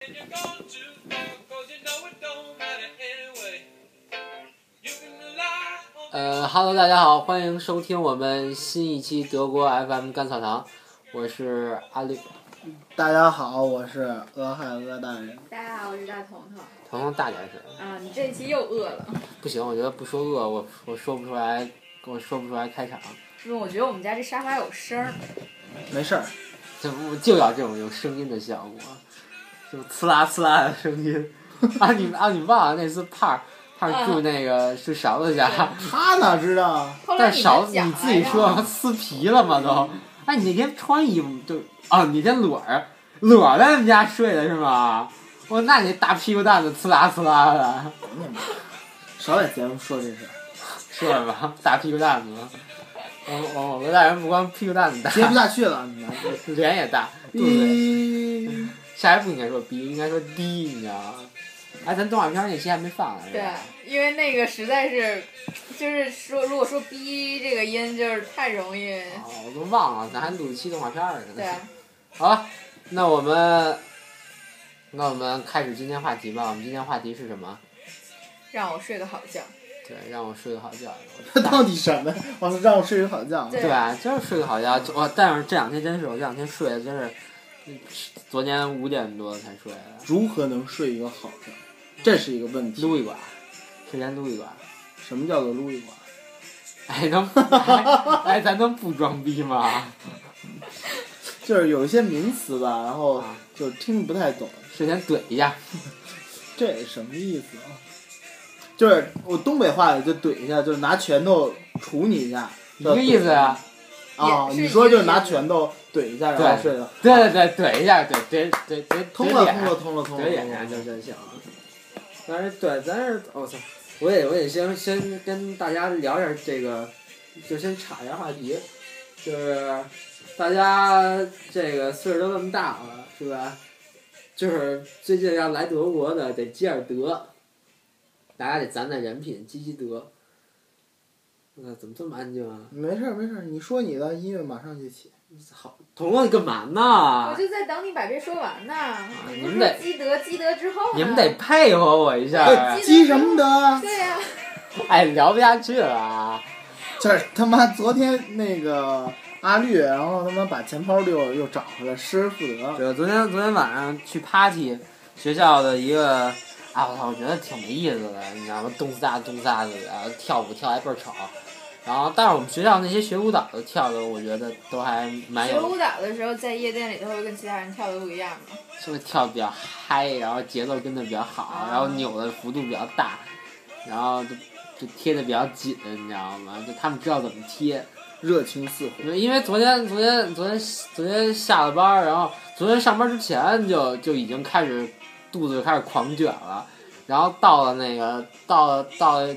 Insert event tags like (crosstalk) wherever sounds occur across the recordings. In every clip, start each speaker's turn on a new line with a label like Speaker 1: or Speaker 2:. Speaker 1: And you're gone too far, 'cause you know it don't matter anyway. You can rely on
Speaker 2: 呃哈喽，大家好，欢迎收听我们新一期德国 FM 甘草堂，我是阿绿。
Speaker 3: 大家好，我是俄亥俄大人。
Speaker 4: 大家好，我是大彤彤。
Speaker 2: 彤彤大点声，
Speaker 4: 啊，你这一期又饿了，
Speaker 2: 不行，我觉得不说饿，我我说不出来，我说不出来开场，
Speaker 4: 因为我觉得我们家这沙发有声儿。
Speaker 3: 没事儿，
Speaker 2: 就就要这种有声音的效果，就呲啦呲啦的声音。啊你啊你忘了那次胖儿胖儿住那个是勺子家，
Speaker 3: 他哪知道啊？
Speaker 4: 后来
Speaker 2: 但
Speaker 4: 你
Speaker 2: 勺
Speaker 4: 们
Speaker 2: 子
Speaker 4: 讲
Speaker 2: 你自己
Speaker 4: 来
Speaker 2: 说撕皮了吗都？哎你那天穿衣服就啊你那天裸儿裸儿在他们家睡的是吗？我那你大屁股蛋子呲啦呲啦的。
Speaker 3: 少在节目说这事儿，
Speaker 2: 是吧？大屁股蛋子，我我我们大人不光屁股蛋子大，
Speaker 3: 接不下去了，你 (laughs) 嗯拿这。
Speaker 2: 脸也大，肚子也。
Speaker 3: 咦，
Speaker 2: 下一步应该说逼，应该说低，你知道吗？哎，咱动画片那期还没放呢。是吧
Speaker 4: 对，因为那个实在是，就是说，如果说“逼”这个音，就是太容易。
Speaker 2: 哦，我都忘了，咱还录一期动画片儿呢。
Speaker 3: 啊
Speaker 4: 对，啊
Speaker 2: 好了，那我们，那我们开始今天话题吧。我们今天话题是什么？
Speaker 4: 让我睡个好觉。
Speaker 2: 对，让我睡个好觉。
Speaker 3: (laughs) 这到底什么？我说让我睡个好觉。
Speaker 4: 对
Speaker 2: 对吧？就是睡个好觉。我但是这两天真是，我这两天睡的真是，昨天五点多才睡的。
Speaker 3: 如何能睡一个好觉？这是一个问题。
Speaker 2: 撸一管，睡前撸一管。
Speaker 3: 什么叫做撸一管？
Speaker 2: 哎，能 (laughs) 哎，哎咱能不装逼吗？
Speaker 3: 就是有一些名词吧，然后
Speaker 2: 啊
Speaker 3: 就听不太懂，
Speaker 2: 睡前怼一下，
Speaker 3: 这什么意思啊？就是我东北话里就怼一下，就是拿拳头杵你一下，
Speaker 2: 一个意思啊。
Speaker 3: 啊。
Speaker 4: 也是
Speaker 3: 你说就是拿
Speaker 4: 一个意思
Speaker 3: 拳头怼一下，然
Speaker 2: 对
Speaker 3: 后睡了。
Speaker 2: 对对对，怼一下，怼怼怼怼，
Speaker 3: 通
Speaker 2: 怼
Speaker 3: 了，
Speaker 2: 脸啊
Speaker 3: 通了，通了，通了，
Speaker 2: 怼脸上就真行。但是对，咱是我操，我得我得先先跟大家聊点这个，就先岔一下话题，就是大家这个岁数都这么大了，是吧？就是最近要来德国的，得积点德，大家得攒攒人品，积积德。那怎么这么安静啊？
Speaker 3: 没事儿没事儿，你说你的音乐马上就起。
Speaker 2: 好，彤彤你干嘛
Speaker 4: 我
Speaker 2: 呢？
Speaker 4: 就在等你把这说完呢。
Speaker 2: 啊你
Speaker 4: 不
Speaker 2: 们
Speaker 4: 是
Speaker 2: 得
Speaker 4: 说积德，积德之后呢？啊
Speaker 2: 你们得配合我一下啊
Speaker 3: 哎，急什么的？
Speaker 4: 对呀、
Speaker 2: 哎，聊不下去了啊！
Speaker 3: 就是他妈昨天那个阿绿，然后他妈把钱包又又找回来，失而复得。
Speaker 2: 对，昨天昨天晚上去 party，学校的一个，啊我操，我觉得挺没意思的，你知道吗？动次打动次打的，然后跳舞跳得还倍儿吵。然后，但是我们学校那些学舞蹈的跳的，我觉得都还蛮
Speaker 4: 学
Speaker 2: 有，
Speaker 4: 舞蹈的时候，在夜店里头会跟其他人跳的不一样吗？
Speaker 2: 是不是跳得比较嗨，然后节奏跟的比较
Speaker 4: 啊
Speaker 2: 好，然后扭的幅度比较大，然后就就贴的比较紧，你知道吗？就他们知道怎么贴。
Speaker 3: 热情似火。
Speaker 2: 因为昨天昨天昨天昨天下了班儿，然后昨天上班之前就就已经开始肚子就开始狂卷了，然后到了那个到了到了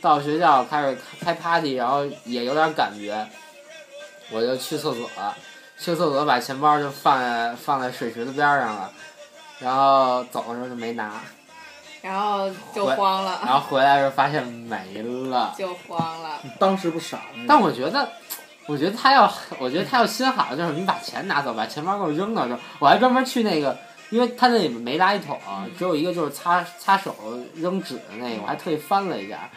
Speaker 2: 到了学校开始开 party，然后也有点感觉，我就去厕所了，去厕所把钱包就放在放在水池子边儿上了，然后走的时候就没拿，
Speaker 4: 然后就
Speaker 2: 回
Speaker 4: 慌了，
Speaker 2: 然后回来的时候发现没了。
Speaker 4: 就慌了。
Speaker 3: 当时不傻吗？
Speaker 2: 但我觉得，我觉得他要，我觉得他要心好，就是你把钱拿走，把钱包给我扔到这儿。我还专门去那个，因为他那里面没垃圾桶，只有一个就是擦擦手扔纸的那个，我还特意翻了一下，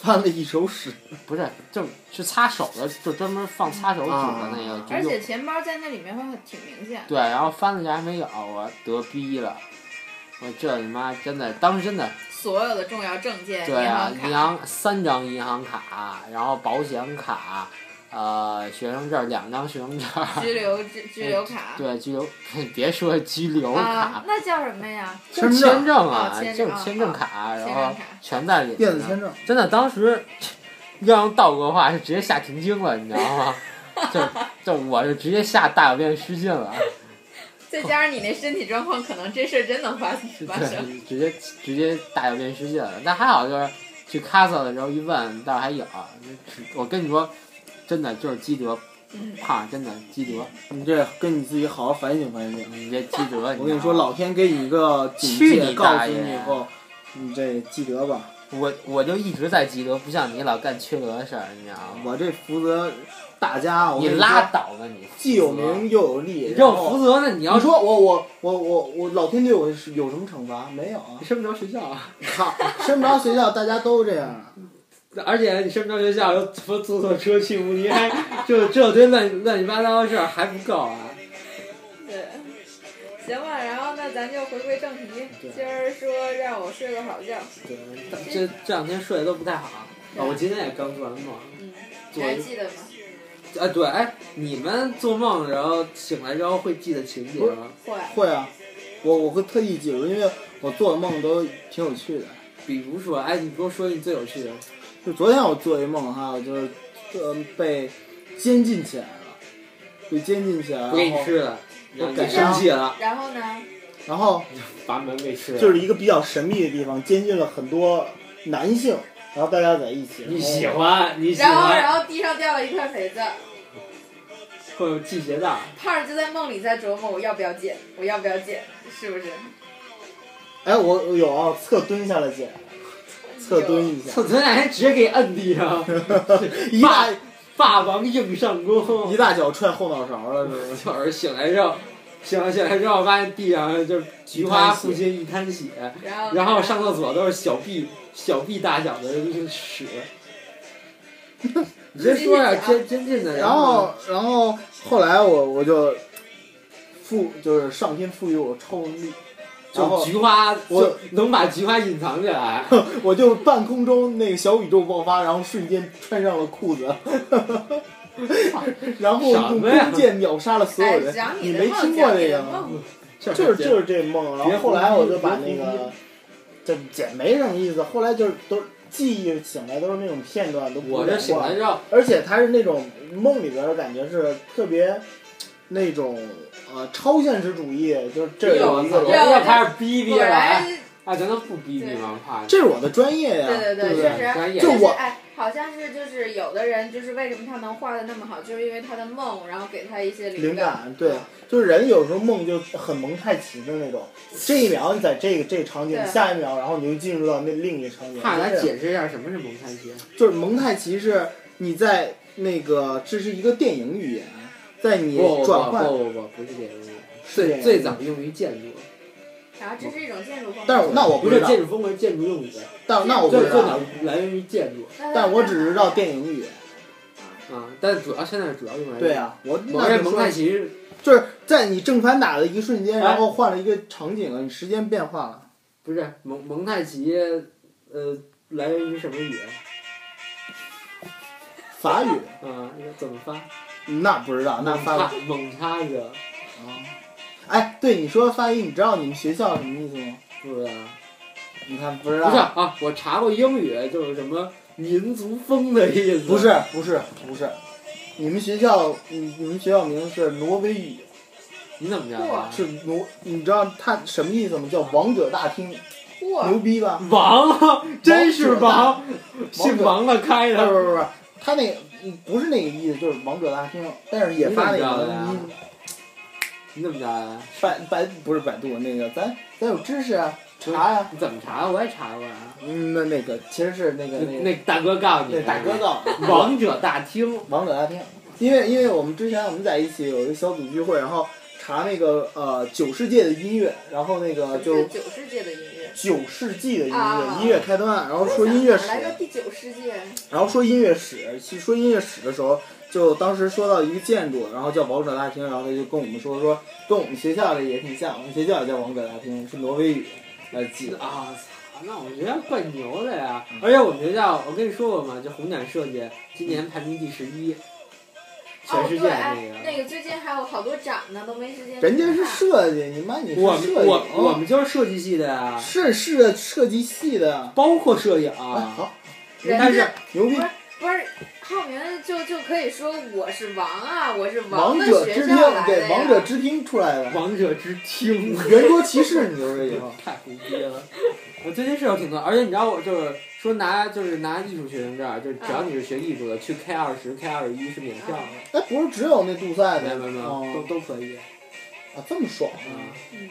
Speaker 3: 翻了一手屎。
Speaker 2: 不是，就是是擦手的，就专门放擦手纸的那个，
Speaker 3: 啊
Speaker 2: 就
Speaker 4: 而
Speaker 2: 用
Speaker 4: 且钱包在那里面会很挺明显。
Speaker 2: 对，然后翻了一下还没有，我得逼了。我这你妈真的，当时真的，
Speaker 4: 所有的重要证件、
Speaker 2: 对
Speaker 4: 银
Speaker 2: 啊，
Speaker 4: 行
Speaker 2: 银
Speaker 4: 卡，
Speaker 2: 行三张银行卡，然后保险卡，呃，学生证两张学生证，
Speaker 4: 拘留拘拘留卡
Speaker 2: 对，拘留， (laughs) 别说拘留
Speaker 4: 啊
Speaker 2: 卡，，
Speaker 4: 那叫什么呀？
Speaker 2: 就是
Speaker 3: 身份
Speaker 2: 签
Speaker 3: 证
Speaker 2: 证啊
Speaker 4: 哦，签
Speaker 2: 就是
Speaker 4: 证
Speaker 2: 签证
Speaker 4: 哦
Speaker 2: 卡，
Speaker 4: 签
Speaker 2: 然
Speaker 4: 证
Speaker 2: 后
Speaker 4: 卡
Speaker 2: 全在里
Speaker 3: 电
Speaker 2: 面
Speaker 3: 子签
Speaker 2: 呢。
Speaker 3: 证，
Speaker 2: 真的，当时 (laughs) 要用道格话是直接下停经了，你知道吗？
Speaker 4: (laughs)
Speaker 2: 就就我是直接下大小便失禁了，
Speaker 4: 再加上你那身体状况，可能这事儿真能发发
Speaker 2: (laughs)
Speaker 4: 生。
Speaker 2: 对，直接直接大小便失禁了。但还好就是去 casa 的时候一问，倒是还有。我跟你说，真的就是积德，
Speaker 4: 嗯，
Speaker 2: 胖真的积德，
Speaker 3: 你这跟你自己好好反省反
Speaker 4: 嗯
Speaker 3: 省。
Speaker 2: 你这积德，
Speaker 3: 我跟你
Speaker 2: 你
Speaker 3: 说，
Speaker 2: 知道吗
Speaker 3: 老天给你一个警
Speaker 2: 去
Speaker 3: 戒，
Speaker 2: 你
Speaker 3: 告
Speaker 2: 大
Speaker 3: 诉
Speaker 2: 爷
Speaker 3: 你以后，你这记得吧？
Speaker 5: 我我就一直在积德，不像你老干缺德的事儿，你知道吗？
Speaker 3: 我这福泽大家，我
Speaker 5: 你
Speaker 3: 跟说
Speaker 5: 拉倒吧你！
Speaker 3: 既有名又有利，然
Speaker 2: 要
Speaker 3: 后
Speaker 2: 福泽，那你要
Speaker 3: 你说我我我我我老天对我是有什么惩罚？没有啊
Speaker 2: 你！睡不着学校啊，
Speaker 3: 靠，升不着学校，大家都这样啊。
Speaker 2: 而且你睡不着学校，又坐坐错车去慕尼黑，就这堆乱乱七八糟的事儿还不够啊！
Speaker 4: 对，行吧，然后那咱就回归正题，今儿说让我睡个好觉，
Speaker 2: 对，这这两天睡得都不太好。啊，我今天也刚做完梦。
Speaker 4: 嗯，你
Speaker 2: 做
Speaker 4: 还记得吗？
Speaker 2: 啊，对，哎，你们做梦然后醒来之后会记得情节吗？
Speaker 4: 会，
Speaker 3: 会啊，我我会特意记住，因为我做的梦都挺有趣的。
Speaker 2: 比如说，哎，你给我说你最有趣的。
Speaker 3: 就昨天我做一梦哈，我就是呃被监禁起来了，被监禁起来，
Speaker 2: 不给
Speaker 3: 然
Speaker 2: 你
Speaker 3: 后
Speaker 2: 吃的，然
Speaker 3: 我
Speaker 2: 后
Speaker 3: 改
Speaker 2: 你生气了，
Speaker 4: 然后呢？
Speaker 3: 然后
Speaker 2: 阀门被吃了，
Speaker 3: 就是一个比较神秘的地方，监禁了很多男性，然后大家在一起。
Speaker 2: 你喜欢，你喜
Speaker 4: 然后，然
Speaker 2: 欢，
Speaker 4: 后地上掉了一块肥皂，
Speaker 2: 会有系鞋带。
Speaker 4: 胖儿就在梦里在琢磨我要不要剪，我要不要剪，是不是？
Speaker 3: 哎，我我有啊侧蹲下来姐，侧
Speaker 2: (laughs)
Speaker 3: 蹲一下，
Speaker 2: 厕所那人直接给摁地上，
Speaker 3: (laughs) 一大
Speaker 2: 霸王硬上弓嗯
Speaker 3: 一。大脚踹后脑勺了，是不是？
Speaker 2: 就是醒来之后，醒来醒来之后，发现地上就是菊花附近一滩血，
Speaker 4: 有，然后
Speaker 2: 然后上厕所都是小臂小臂大小的
Speaker 3: (laughs)
Speaker 2: 屎。你先说呀，监监禁的，嗯
Speaker 3: 然后然后后来我我就赋就是上天赋予我超能力，然
Speaker 2: 就
Speaker 3: 后
Speaker 2: 菊花，
Speaker 3: 我
Speaker 2: 就能把菊花隐藏起
Speaker 3: (laughs)
Speaker 2: 来。
Speaker 3: 我就半空中那个小宇宙爆发，然后瞬间穿上了裤 (laughs) 子，然后
Speaker 2: 什
Speaker 3: 用
Speaker 2: 么呀
Speaker 3: 弓箭秒杀了所有
Speaker 4: 哎，
Speaker 3: 人。
Speaker 4: 讲
Speaker 3: 你
Speaker 4: 的
Speaker 3: 没
Speaker 4: 梦
Speaker 3: 听过
Speaker 4: 讲你
Speaker 3: 这个
Speaker 4: 的
Speaker 3: 吗？
Speaker 4: 梦
Speaker 3: 就是就是这梦，然
Speaker 2: 别
Speaker 3: 后后来
Speaker 2: 胡逼
Speaker 3: 我就把
Speaker 2: 别
Speaker 3: 那
Speaker 2: 胡逼
Speaker 3: 个，这这没什么意思。后来就是都记忆醒来都是那种片段，都不
Speaker 2: 我
Speaker 3: 是
Speaker 2: 这
Speaker 3: 连
Speaker 2: 醒
Speaker 3: 贯
Speaker 2: 来之后，
Speaker 3: 而且它是那种梦里边的感觉是特别那种呃超现实主义，就是这
Speaker 2: 我
Speaker 3: 有一
Speaker 2: 操，
Speaker 3: 个
Speaker 2: 我
Speaker 4: 这有
Speaker 2: 要开始逼逼
Speaker 4: 果
Speaker 2: 了。
Speaker 4: 然
Speaker 2: 哎，，哎咱能不逼逼吗？怕
Speaker 3: 这是我的专业呀，
Speaker 4: 对
Speaker 3: 不
Speaker 4: 对，
Speaker 3: 对？
Speaker 4: 确实，
Speaker 3: 就
Speaker 4: 就是
Speaker 3: 我
Speaker 4: 哎，好像是就是有的人就是为什么他能画的那么好，就是因为他的梦，然后给他一些
Speaker 3: 灵
Speaker 4: 感。
Speaker 3: 感，对，就是人有时候梦就很蒙太奇的那种，这一秒你在这个这个场景，
Speaker 4: 对
Speaker 3: 下一秒然后你就进入到那另一个场景。
Speaker 2: 怕
Speaker 3: 就
Speaker 2: 来
Speaker 3: 是这样
Speaker 2: 解释一下什么是蒙太奇。啊
Speaker 3: 就是蒙太奇是你在那个这是一个电影语言，在你
Speaker 2: 不不
Speaker 3: 转换，
Speaker 2: 不不不，不是这个东西。
Speaker 3: 是
Speaker 2: 最
Speaker 3: 这
Speaker 2: 最
Speaker 3: 样
Speaker 2: 早用于建筑，
Speaker 4: 然后这是一种建筑风格。
Speaker 3: 但是那我
Speaker 2: 不
Speaker 3: 知
Speaker 2: 是
Speaker 3: 道，
Speaker 2: 建筑风格，是建筑用语。
Speaker 3: 但那我不
Speaker 2: 最
Speaker 3: 知
Speaker 2: 最早
Speaker 3: 道，
Speaker 2: 来源于建筑
Speaker 4: 那他
Speaker 3: 但我只知道
Speaker 4: 干嘛呀
Speaker 3: 电影语言。
Speaker 2: 啊，但主要现在主要用来
Speaker 3: 对啊，我
Speaker 2: 我这
Speaker 3: 那
Speaker 2: 蒙太奇是
Speaker 3: 就是在你正反打的一瞬间，
Speaker 2: 哎
Speaker 3: 然后换了一个场景了，你时间变化了。
Speaker 2: 不是蒙蒙太奇？呃，来源于什么语言？
Speaker 3: 法语
Speaker 2: 啊，怎么发？
Speaker 3: 那不知道，那
Speaker 2: 蒙
Speaker 3: 法语
Speaker 2: 插蒙插着，
Speaker 3: 哎，对你说发音，你知道你们学校什么意思吗？
Speaker 2: 不知道。
Speaker 3: 你看不知
Speaker 2: 不是
Speaker 3: 道，
Speaker 2: 啊，我查过英语，就是什么民族风的意思。
Speaker 3: 不是不是不是，你们学校你你们学校名是挪威语，
Speaker 2: 你怎么啊知道的？
Speaker 3: 是挪，你知道它什么意思吗？叫王者大厅，牛
Speaker 4: 嚯，
Speaker 3: 逼吧？
Speaker 2: 王啊，真是王，姓王的开
Speaker 3: 不是不
Speaker 2: 的。
Speaker 3: 是不是，它那个不是那个意思，就是王者大厅，但是也发那
Speaker 2: 你怎么知道
Speaker 3: 个
Speaker 2: 的呀
Speaker 3: 音
Speaker 2: 你怎么啊查的？
Speaker 3: 百百不是百度那个，咱咱有知识啊，查呀、
Speaker 2: 你怎么查？我也查过啊。
Speaker 3: 嗯，那那个其实是那个
Speaker 2: 那
Speaker 3: 那个
Speaker 2: 那大哥告诉你
Speaker 3: 那
Speaker 2: 的，
Speaker 3: 大哥告诉我
Speaker 2: 王者大厅，
Speaker 3: 王者大厅，因为因为我们之前我们在一起有一个小组聚会，然后查那个呃九世界的音乐，然后那个
Speaker 4: 这是
Speaker 3: 就
Speaker 4: 九世界的音乐。
Speaker 3: 九世纪的音乐
Speaker 4: 啊
Speaker 3: 音乐开端，然后说音乐史，
Speaker 4: 来个第九世界，
Speaker 3: 然后说音乐史，其实说音乐史的时候，就当时说到一个建筑，然后叫王者大厅，然后他就跟我们说说跟我们学校的也挺像，我们学校也叫王者大厅，是挪威语来记的，
Speaker 2: 啊，操！那我们学校怪牛的呀！
Speaker 3: 嗯
Speaker 2: 而且我们学校，我跟你说过嘛，就红点设计今
Speaker 3: 嗯
Speaker 2: 年排名第十一，全
Speaker 4: 哦
Speaker 2: 世界
Speaker 4: 对，哎
Speaker 2: 那，
Speaker 4: 那个最近还有好多展呢，都没时间去看。
Speaker 3: 人家是设计，你妈你是
Speaker 2: 我
Speaker 3: 设计
Speaker 2: 们我我们就是设计系的呀，
Speaker 3: 是是设计系的，
Speaker 2: 包括啊摄影，
Speaker 3: 哎好
Speaker 4: 人
Speaker 2: 但是
Speaker 4: 家
Speaker 3: 牛逼。
Speaker 4: 不是浩明就就可以说我是王啊，我是
Speaker 3: 王
Speaker 4: 的
Speaker 3: 者
Speaker 4: 学
Speaker 3: 之
Speaker 4: 校
Speaker 3: 厅
Speaker 4: 来，的
Speaker 3: 对，
Speaker 4: 呀。
Speaker 3: 王者之厅出来的，
Speaker 2: 王者之厅，
Speaker 3: 圆桌骑士，你就是
Speaker 2: (laughs)
Speaker 3: 以后。
Speaker 2: 太胡逼了。我最近是有挺多，而且你知道我就是说拿就是拿艺术学生证，就是只要
Speaker 4: 嗯
Speaker 2: 你是学艺术的，去 K 二十、K 二十一是免票的，
Speaker 3: 哎，不是只有那杜塞
Speaker 2: 没
Speaker 3: 的
Speaker 2: 有没有没有，
Speaker 3: 哦
Speaker 2: 都都可以。
Speaker 3: 啊，这么爽啊！
Speaker 2: 嗯
Speaker 4: 嗯，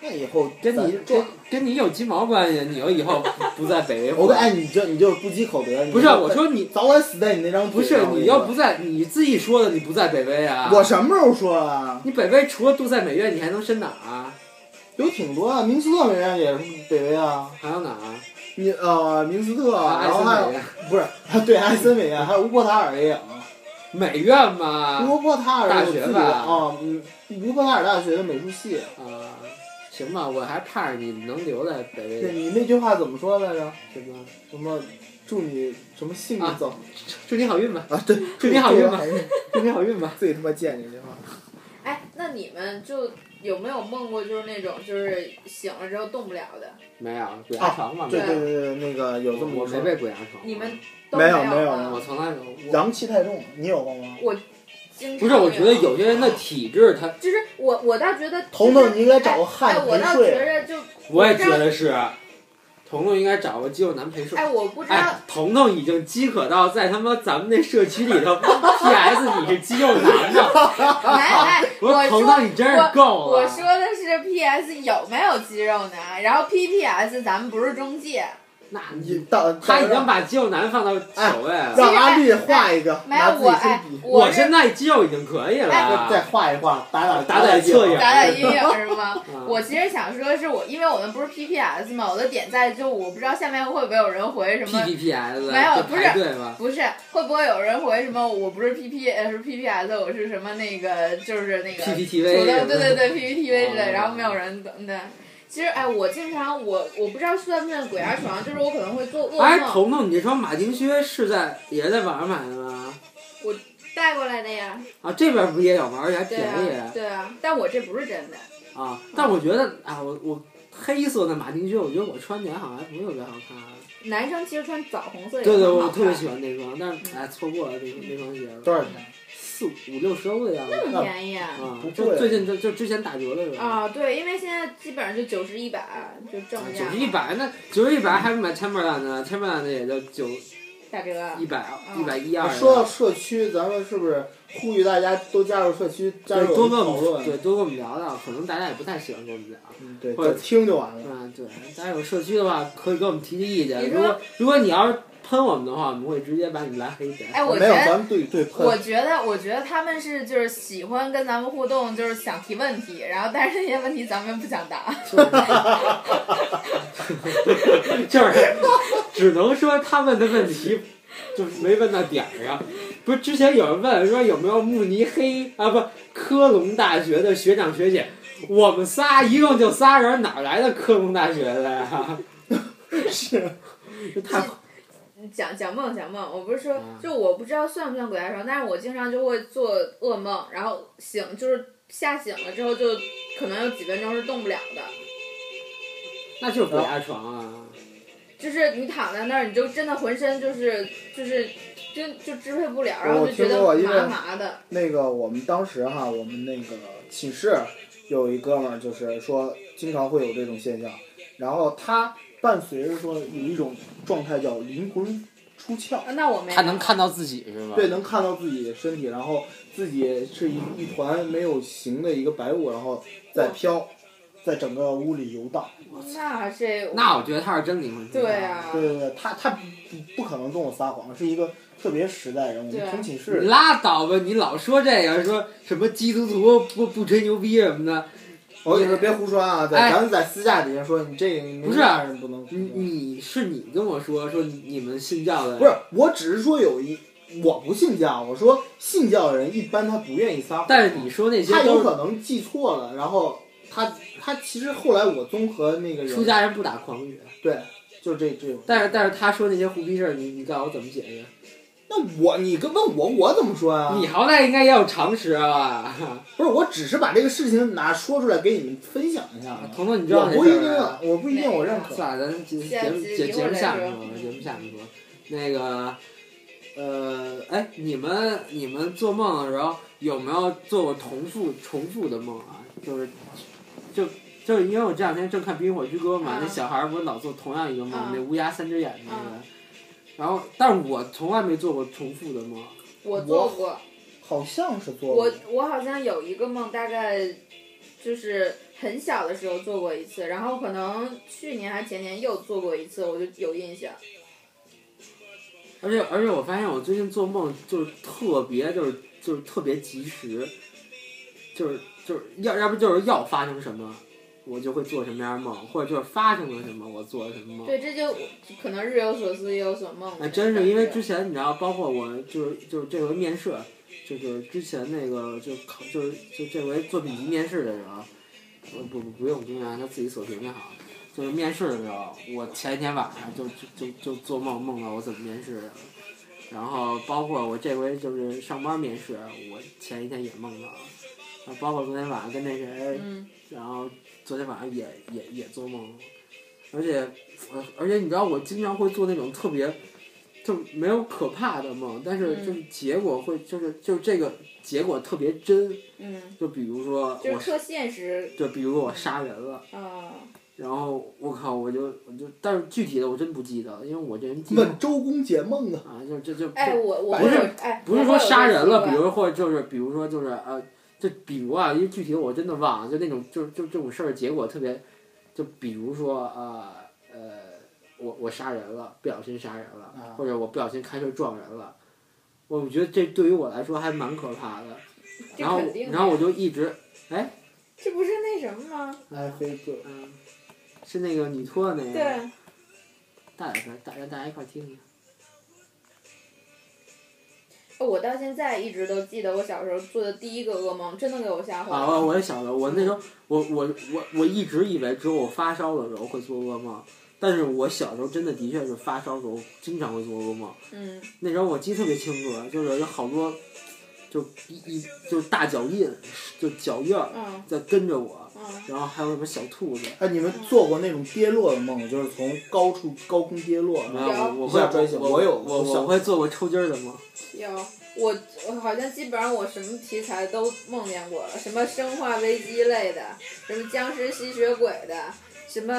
Speaker 3: 那以后
Speaker 2: 跟你
Speaker 3: 咱
Speaker 2: 跟
Speaker 3: 撞，
Speaker 2: 跟你有鸡毛关系？你又以后不不在北威
Speaker 3: 我
Speaker 2: 湖
Speaker 3: 跟，哎，你这你就是不积口德。你
Speaker 2: 不是啊
Speaker 3: 就
Speaker 2: 我说你
Speaker 3: 早晚死在你那张
Speaker 2: 不
Speaker 3: 嘴
Speaker 2: 是
Speaker 3: 上
Speaker 2: 你
Speaker 3: 我
Speaker 2: 要
Speaker 3: 跟
Speaker 2: 不
Speaker 3: 你
Speaker 2: 在你自己说的，你不在北威啊？
Speaker 3: 说我什么时候说了啊？
Speaker 2: 你北威除了杜塞美院，你还能申哪儿啊？
Speaker 3: 有挺多啊，明斯特美院也是北威啊，
Speaker 2: 还有哪儿啊？
Speaker 3: 你呃明斯特，
Speaker 2: 啊
Speaker 3: 然后还
Speaker 2: 艾森
Speaker 3: 有
Speaker 2: 美院，
Speaker 3: 不是 (laughs) 对埃森美院，还有乌波塔尔也有。
Speaker 2: 美院嘛
Speaker 3: 乌波塔尔
Speaker 2: 大
Speaker 3: 有
Speaker 2: 学
Speaker 3: 自己的
Speaker 2: 吧
Speaker 3: 啊，嗯乌波塔尔大学的美术系。
Speaker 2: 啊，行吧，我还盼着你能留在北
Speaker 3: 对
Speaker 2: 威，
Speaker 3: 你那句话怎么说来着？
Speaker 2: 什么？
Speaker 3: 什么？祝你什么幸运
Speaker 2: 啊
Speaker 3: 走
Speaker 2: 祝你好运吧，
Speaker 3: 啊？对，
Speaker 2: 祝你好运吧
Speaker 3: 祝你好运，
Speaker 2: 祝你好运吧。
Speaker 3: 最他妈贱这句话。
Speaker 4: 哎，那你们就有没有梦过，就是那种就是醒了之后动不了的？
Speaker 2: 没有鬼压床嘛？
Speaker 3: 啊对
Speaker 2: 没
Speaker 3: 对
Speaker 2: 有
Speaker 3: 对对，那个有这么
Speaker 2: 我
Speaker 3: 一
Speaker 2: 没
Speaker 3: 说。
Speaker 2: 被鬼压床。
Speaker 4: 你们都
Speaker 3: 没有
Speaker 4: 有啊
Speaker 3: 没有
Speaker 4: 吗
Speaker 3: 没
Speaker 2: 我从来没有。我
Speaker 3: 阳气太重，你有过吗？
Speaker 4: 经常
Speaker 2: 不是，我觉得有些人的体质，他
Speaker 4: 就是我我倒觉得就是
Speaker 3: 彤彤，你应该找个汉
Speaker 4: 哎，
Speaker 3: 子
Speaker 4: 我
Speaker 3: 陪
Speaker 4: 倒觉
Speaker 3: 睡。
Speaker 4: 着就
Speaker 2: 我也觉得是。彤彤应该找个肌肉男陪睡。
Speaker 4: 哎，我不知道
Speaker 3: (laughs)
Speaker 2: 哎，彤彤已经饥渴到在他妈咱们那社区里头，PS 你是肌肉男的，
Speaker 3: (laughs)
Speaker 4: 哎哎，
Speaker 2: 我说
Speaker 4: (laughs) 我
Speaker 2: 彤
Speaker 4: 说
Speaker 2: 彤你真是够
Speaker 4: 我
Speaker 2: 了。
Speaker 4: 说的是 PS 有没有肌肉男，然后 PPS 咱们不是中介，
Speaker 2: 那
Speaker 3: 你
Speaker 2: 你
Speaker 3: 到
Speaker 2: 他已
Speaker 3: 到
Speaker 2: 经把肌肉男放到首位
Speaker 4: 哎
Speaker 2: 了。
Speaker 3: 让阿绿画一个，
Speaker 4: 没有
Speaker 3: 拿自
Speaker 4: 我
Speaker 3: 己铅
Speaker 4: 哎
Speaker 3: 笔，，
Speaker 2: 我哎
Speaker 4: 是
Speaker 2: 现在肌肉已经可以
Speaker 3: 再
Speaker 4: 哎
Speaker 3: 再
Speaker 2: 了。
Speaker 3: 画一画，打
Speaker 2: 打
Speaker 3: 打打
Speaker 2: 打侧眼
Speaker 4: 咱俩阴影是吗？
Speaker 2: 嗯
Speaker 4: 我其实想说的是我，因为我们不是 PPS 嘛，我的点在就我不知道下面会不会有人回什
Speaker 2: P
Speaker 4: 么
Speaker 2: P P S
Speaker 4: 没有
Speaker 2: 就
Speaker 4: 不是
Speaker 2: 排队吧。
Speaker 4: 不是，会不会有人回什么？我不是 P P 呃是 P P S，我是什么那个就是那个
Speaker 2: PPTV
Speaker 4: 主动对对对
Speaker 2: 嗯
Speaker 4: P
Speaker 2: 哦
Speaker 4: P T V 之类，然后没有人等对。其实哎，我经常我我不知道算不算鬼压床，就是我可能会做噩
Speaker 2: 哎，
Speaker 4: 梦，
Speaker 2: 彤彤，你这双马丁靴是在也是在网上买的吗？
Speaker 4: 带过来的呀，
Speaker 2: 啊，这边不也有吗？而且还
Speaker 4: 对
Speaker 2: 便宜。
Speaker 4: 啊对啊，但我这不是真的，
Speaker 2: 啊，但我觉得啊，我我黑色的马丁靴，我觉得我穿起来好像还不是特别好看。啊
Speaker 4: 男生其实穿枣红色也
Speaker 2: 对对，
Speaker 4: 很
Speaker 2: 我
Speaker 4: 好
Speaker 2: 特别
Speaker 4: 看
Speaker 2: 喜欢那双，但是哎，错过了那那双鞋了，
Speaker 3: 多少钱？
Speaker 2: 四五六十欧的样子
Speaker 4: 那么便宜啊。
Speaker 2: 啊
Speaker 3: 不，
Speaker 2: 就
Speaker 3: 贵
Speaker 2: 最近就就之前打折的时候。
Speaker 4: 啊，对，因为现在基本上就九十一百就正价
Speaker 2: 九，十一百，那九十一百还是买 Timberland 的，Timberland 的也就九
Speaker 4: 打折。
Speaker 2: 一百
Speaker 4: 嗯
Speaker 2: 一百一二。
Speaker 3: 啊说到社区，咱们是不是呼吁大家都加入社区，加
Speaker 2: 对
Speaker 3: 入
Speaker 2: 多
Speaker 3: 我
Speaker 2: 跟
Speaker 3: 们讨
Speaker 2: 我们
Speaker 3: 论？
Speaker 2: 对多跟我们聊聊，可能大家也不太喜欢跟我们聊。
Speaker 3: 嗯对，
Speaker 2: 或者
Speaker 3: 就听就完了。
Speaker 2: 嗯，对，大家有社区的话，可以给我们提提意见。
Speaker 4: 你
Speaker 2: 如
Speaker 4: 说
Speaker 2: 果如果你要是喷我们的话，我们会直接把你拉黑的。
Speaker 4: 哎，我
Speaker 3: 没
Speaker 4: 觉
Speaker 3: 有，
Speaker 4: 得
Speaker 3: 咱们对对
Speaker 4: 我
Speaker 3: 喷。
Speaker 4: 觉得，我觉得他们是就是喜欢跟咱们互动，就是想提问题，然后但是这些问题咱们又不想答。
Speaker 2: (laughs) 就是只能说他问的问题就没问到点儿上。不是之前有人问说有没有慕尼黑啊不科隆大学的学长学姐，我们仨一共就仨人，哪来的科隆大学的呀？ (laughs)
Speaker 3: 是，
Speaker 2: 这太
Speaker 4: 讲讲梦，讲梦，我不是说
Speaker 2: 嗯，
Speaker 4: 就我不知道算不算鬼压床，但是我经常就会做噩梦，然后醒就是吓醒了之后就可能有几分钟是动不了的，
Speaker 2: 那就是鬼压床啊！
Speaker 4: 就是你躺在那儿，你就真的浑身就是就是真就支配不了，
Speaker 3: 我
Speaker 4: 然后就觉得
Speaker 3: 听过因为
Speaker 4: 麻麻的。
Speaker 3: 那个我们当时哈，我们那个寝室有一哥们儿，就是说经常会有这种现象，然后他伴随着说有一种状态叫灵魂出窍。
Speaker 4: 啊那我没有。
Speaker 5: 他能看到自己是吗？
Speaker 3: 对，能看到自己的身体，然后自己是一一团没有形的一个白雾，然后在飘，在整个屋里游荡。
Speaker 4: 那这
Speaker 2: 那我觉得他是真灵魂出窍
Speaker 4: 对啊，
Speaker 3: 对对对，他他不不可能跟我撒谎，是一个特别实在人。我
Speaker 4: 对
Speaker 3: 们同寝
Speaker 2: 你
Speaker 3: 室，
Speaker 2: 拉倒吧！你老说这个，说什么基督徒不不吹牛逼什么的，
Speaker 3: 我跟你说别胡说啊，
Speaker 2: 哎
Speaker 3: 在咱们在私下底下说你这个你
Speaker 2: 不是
Speaker 3: 那人不能胡
Speaker 2: 你
Speaker 3: 说
Speaker 2: 你是你跟我说说你们信教的，
Speaker 3: 不是，我只是说有一我不信教，我说信教的人一般他不愿意撒谎，
Speaker 2: 但是你说那些
Speaker 3: 他
Speaker 2: 都
Speaker 3: 有
Speaker 2: 是
Speaker 3: 可能记错了，然后他他其实后来我综合那个人
Speaker 2: 出家人不打诳语，
Speaker 3: 对，就这这种。
Speaker 2: 但是但是他说那些胡逼事儿，你你告诉我怎么解释？
Speaker 3: 那我你跟问我我怎么说呀、
Speaker 2: 你好歹应该也有常识啊！
Speaker 3: 不是，我只是把这个事情拿说出来给你们分享一下嘛。
Speaker 2: 彤啊彤，你知道
Speaker 3: 我
Speaker 2: 那
Speaker 3: 不一
Speaker 2: 事
Speaker 3: 定啊
Speaker 2: 儿吗？，
Speaker 3: 我不一定我认可。
Speaker 2: 算了，咱节
Speaker 4: 下
Speaker 2: 节目
Speaker 4: 期
Speaker 2: 节
Speaker 4: 一
Speaker 2: 节
Speaker 4: 会儿
Speaker 2: 目
Speaker 4: 再
Speaker 2: 下面
Speaker 4: 说
Speaker 2: 说吧，
Speaker 4: 嗯
Speaker 2: 节目下面说。那个，呃，哎，你们你们做梦的时候有没有做过重复重复的梦啊？就是就。就是因为我这两天正看《冰火之歌》嘛，
Speaker 4: 啊
Speaker 2: 那小孩儿不是老做同样一个梦，
Speaker 4: 啊
Speaker 2: 那乌鸦三只眼那个，
Speaker 4: 啊
Speaker 2: 然后，但是我从来没做过重复的梦，
Speaker 4: 我做过。
Speaker 3: 好像是做
Speaker 4: 我
Speaker 3: 过，
Speaker 4: 我好像有一个梦，大概就是很小的时候做过一次，然后可能去年还前年又做过一次，我就有印象。
Speaker 2: 而且而且我发现我最近做梦就是特别就是就是特别及时，就是就是要要不就是要发生什么，我就会做什么样的梦，或者就是发生了什么我做了什么梦。
Speaker 4: 对，这就可能日有所思，夜有所梦。
Speaker 2: 哎，真是因为之前你知道，包括我就是就是这回面试，就是之前那个就考就是就这回作品集面试的时候，我不不不用公然他自己锁屏就好。就是面试的时候，我前一天晚上就就就就做梦梦到我怎么面试的，然后包括我这回就是上班面试，我前一天也梦到了，然后包括昨天晚上跟那谁
Speaker 4: 嗯，
Speaker 2: 然后昨天晚上也也也做梦，而且呃而且你知道我经常会做那种特别就没有可怕的梦，但是
Speaker 4: 嗯
Speaker 2: 就是结果会就是就是这个结果特别真，
Speaker 4: 嗯，
Speaker 2: 就比如说
Speaker 4: 就
Speaker 2: 我
Speaker 4: 是特现实
Speaker 2: 就比如说我杀人了，
Speaker 4: 啊、
Speaker 2: 然后我靠我就我就但是具体的我真不记得了，因为我这人记
Speaker 3: 问周公解梦啊，
Speaker 2: 啊就这就
Speaker 4: 哎，我我
Speaker 3: 不是
Speaker 4: 会有哎，
Speaker 2: 不是
Speaker 4: 我
Speaker 2: 说
Speaker 4: 会有
Speaker 2: 杀
Speaker 4: 这啊
Speaker 2: 人了，
Speaker 4: 习
Speaker 2: 比
Speaker 4: 惯
Speaker 2: 如或者就是比如说就是呃，就比如啊，因为具体我真的忘了，就那种就就这种事儿结果特别，就比如说啊呃我我杀人了，不小心杀人了，
Speaker 3: 啊
Speaker 2: 或者我不小心开车撞人了，我觉得这对于我来说还蛮可怕的。
Speaker 4: 这
Speaker 2: 然后
Speaker 4: 肯定的
Speaker 2: 然后我就一直
Speaker 4: 这不是那什么吗？
Speaker 3: 哎，飞哥，
Speaker 2: 嗯、是那个女托那
Speaker 4: 对
Speaker 2: 个，，大点声，大让大家一块儿听听。
Speaker 4: 我到现在一直都记得我小时候做的第一个噩梦，真的给我吓坏
Speaker 2: 啊，
Speaker 4: 了。
Speaker 2: 我我也想了，我那时候我我我我一直以为只有我发烧的时候会做噩梦，但是我小时候真的的确是发烧的时候经常会做噩梦。
Speaker 4: 嗯，
Speaker 2: 那时候我记得特别清楚，啊就是有好多就一一就是大脚印，就脚印儿
Speaker 4: 嗯
Speaker 2: 在跟着我，
Speaker 4: 嗯，
Speaker 2: 然后还有什么小兔子。
Speaker 3: 哎，你们做过那种跌落的梦，就是从高处高空跌落，
Speaker 2: 然后我我
Speaker 3: 一
Speaker 2: 会
Speaker 3: 下摔醒
Speaker 2: 我
Speaker 3: 我有
Speaker 2: 我
Speaker 3: 我小
Speaker 2: 我会做过抽筋儿的梦，
Speaker 4: 有我我好像基本上我什么题材都梦见过了，什么生化危机类的，什么僵尸吸血鬼的，什么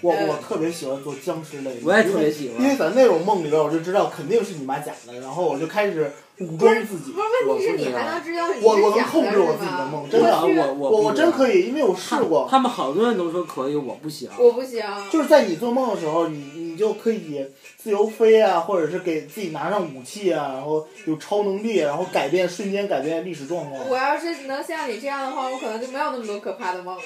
Speaker 3: 我我
Speaker 4: 呃
Speaker 3: 特别喜欢做僵尸类的，
Speaker 2: 我也特别喜
Speaker 3: 因为，因为
Speaker 2: 欢。
Speaker 3: 在那种梦里边，我就知道肯定是你妈假的，然后我就开始武装自己
Speaker 4: 不。是问题是你还能知道你是
Speaker 3: 我我能
Speaker 4: 假
Speaker 3: 控制我
Speaker 4: 是
Speaker 3: 自己的
Speaker 4: 吗
Speaker 3: 梦，真
Speaker 2: 真的，
Speaker 3: 的，
Speaker 2: 我
Speaker 3: 我
Speaker 2: 我
Speaker 3: 真
Speaker 2: 以
Speaker 3: 可以，因为我试过，
Speaker 2: 他们好多人都说可以，我不行。
Speaker 4: 我不行。
Speaker 3: 就是在你做梦的时候，你你就可以自由飞啊，或者是给自己拿上武器啊，然后有超能力，然后改变瞬间改变历史状况。
Speaker 4: 我要是能像你这样的话，我可能就没有那么多可怕的梦了。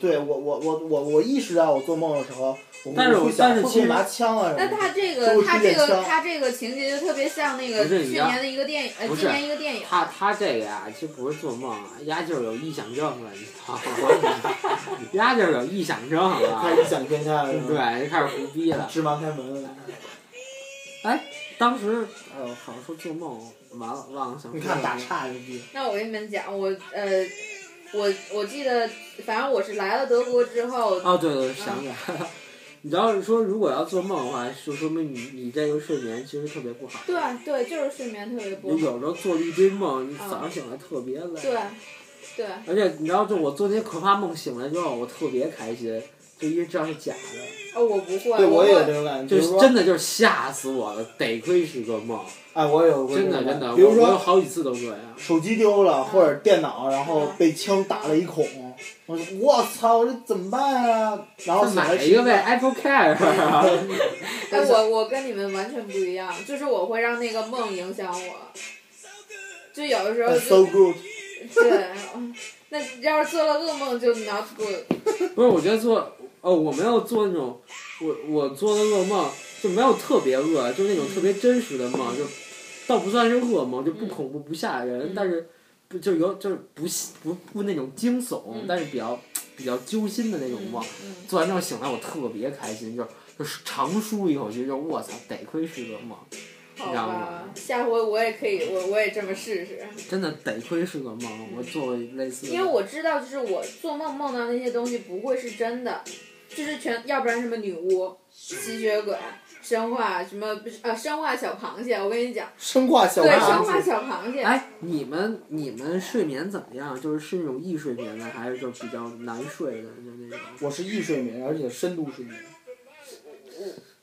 Speaker 3: 对我我我我我意识到我做梦的时候，我
Speaker 2: 但是
Speaker 3: 我
Speaker 2: 我
Speaker 3: 会想
Speaker 2: 但
Speaker 3: 会
Speaker 2: 是
Speaker 3: 不
Speaker 2: 其
Speaker 3: 会
Speaker 2: 实
Speaker 3: 拿枪啊
Speaker 4: 那
Speaker 3: 什么的。
Speaker 4: 他这
Speaker 3: 就
Speaker 4: 个，
Speaker 3: 是
Speaker 4: 他这
Speaker 3: 猎
Speaker 4: 个，
Speaker 3: 枪
Speaker 4: 他这个情节就特别像那个
Speaker 2: 不是
Speaker 4: 去
Speaker 2: 你知道
Speaker 4: 年的一个电影，呃，
Speaker 2: 不是
Speaker 4: 今年一个电影。
Speaker 2: 他他这个呀，其实不是做梦，啊，丫就是有臆想症了，你知道吗？丫就是有臆想症
Speaker 3: 开
Speaker 2: 了，
Speaker 3: 始想天下了，是吧，
Speaker 2: 对，就开始胡逼了。
Speaker 3: 芝麻开门了。
Speaker 2: 当时，哎呦，好像说做梦，啊完了忘了想
Speaker 3: 你
Speaker 2: 说
Speaker 3: 看
Speaker 2: 什
Speaker 3: 打
Speaker 2: 么。
Speaker 3: 岔牛逼，
Speaker 4: 那我跟你们讲，我呃，我我记得，反正我是来了德国之后，
Speaker 2: 哦，对对，想起来了。你要是说如果要做梦的话，就说明你你这个睡眠其实特别不好。
Speaker 4: 对对，就是睡眠特别不
Speaker 2: 你
Speaker 4: 好，
Speaker 2: 有时候做了一堆梦，你早上醒来特别累。
Speaker 4: 对对，
Speaker 2: 而且你知道，就我做那些可怕梦，醒来之后我特别开心，就因为知道是假的。
Speaker 4: 哦，我不会，
Speaker 3: 对我也有
Speaker 4: 会
Speaker 3: 这种感觉，
Speaker 2: 就
Speaker 3: 比
Speaker 2: 是
Speaker 3: 如说，
Speaker 2: 真的就是吓死我了，得亏是个梦，
Speaker 3: 哎，我也有过这
Speaker 2: 真
Speaker 3: 种
Speaker 2: 的
Speaker 3: 感
Speaker 2: 真的，
Speaker 3: 觉，比如
Speaker 2: 我我有
Speaker 3: 说
Speaker 2: 好几次都这样。
Speaker 3: 手机丢了或者电脑，然后被枪打了一孔，我说我操，我这怎么办啊？然后
Speaker 2: 那
Speaker 3: 醒
Speaker 2: 买
Speaker 3: 来
Speaker 2: 一个呗，Apple Care
Speaker 3: (laughs)
Speaker 2: 啊。
Speaker 4: 哎，我我跟你们完全不一样，就是我会让那个梦影响我，就有的时候
Speaker 3: That's 哎 so
Speaker 4: 就
Speaker 3: good，
Speaker 4: 对，那要是做了噩梦就 not good，
Speaker 2: 不是，我觉得做哦，我没有做那种，我我做的噩梦就没有特别噩，就那种特别真实的
Speaker 3: 嗯
Speaker 2: 梦，就倒不算是噩梦，就不
Speaker 4: 嗯
Speaker 2: 恐怖不吓人，
Speaker 4: 嗯
Speaker 2: 但是不就有就是不吓不不那种惊悚，
Speaker 4: 嗯
Speaker 2: 但是比较比较揪心的那种
Speaker 4: 嗯
Speaker 2: 梦。
Speaker 4: 嗯。
Speaker 2: 做完之后醒来，我特别开心，就是就是长舒一口气，就是我操，得亏是个梦。
Speaker 4: 好
Speaker 2: 然
Speaker 4: 吧，下回我也可以，我我也这么试试，
Speaker 2: 真的得亏是个梦，我做过类似的。
Speaker 4: 因为我知道，就是我做梦梦到那些东西不会是真的，就是全，要不然什么女巫、吸血鬼、生化什么呃生化小螃蟹，我跟你讲，
Speaker 3: 生化小
Speaker 4: 对，生化
Speaker 3: 丸子，
Speaker 4: 小螃蟹，
Speaker 2: 哎，你们你们睡眠怎么样？就是是那种易睡眠的，还是就比较难睡的，就那种？
Speaker 3: 我是易睡眠，而且深度睡眠。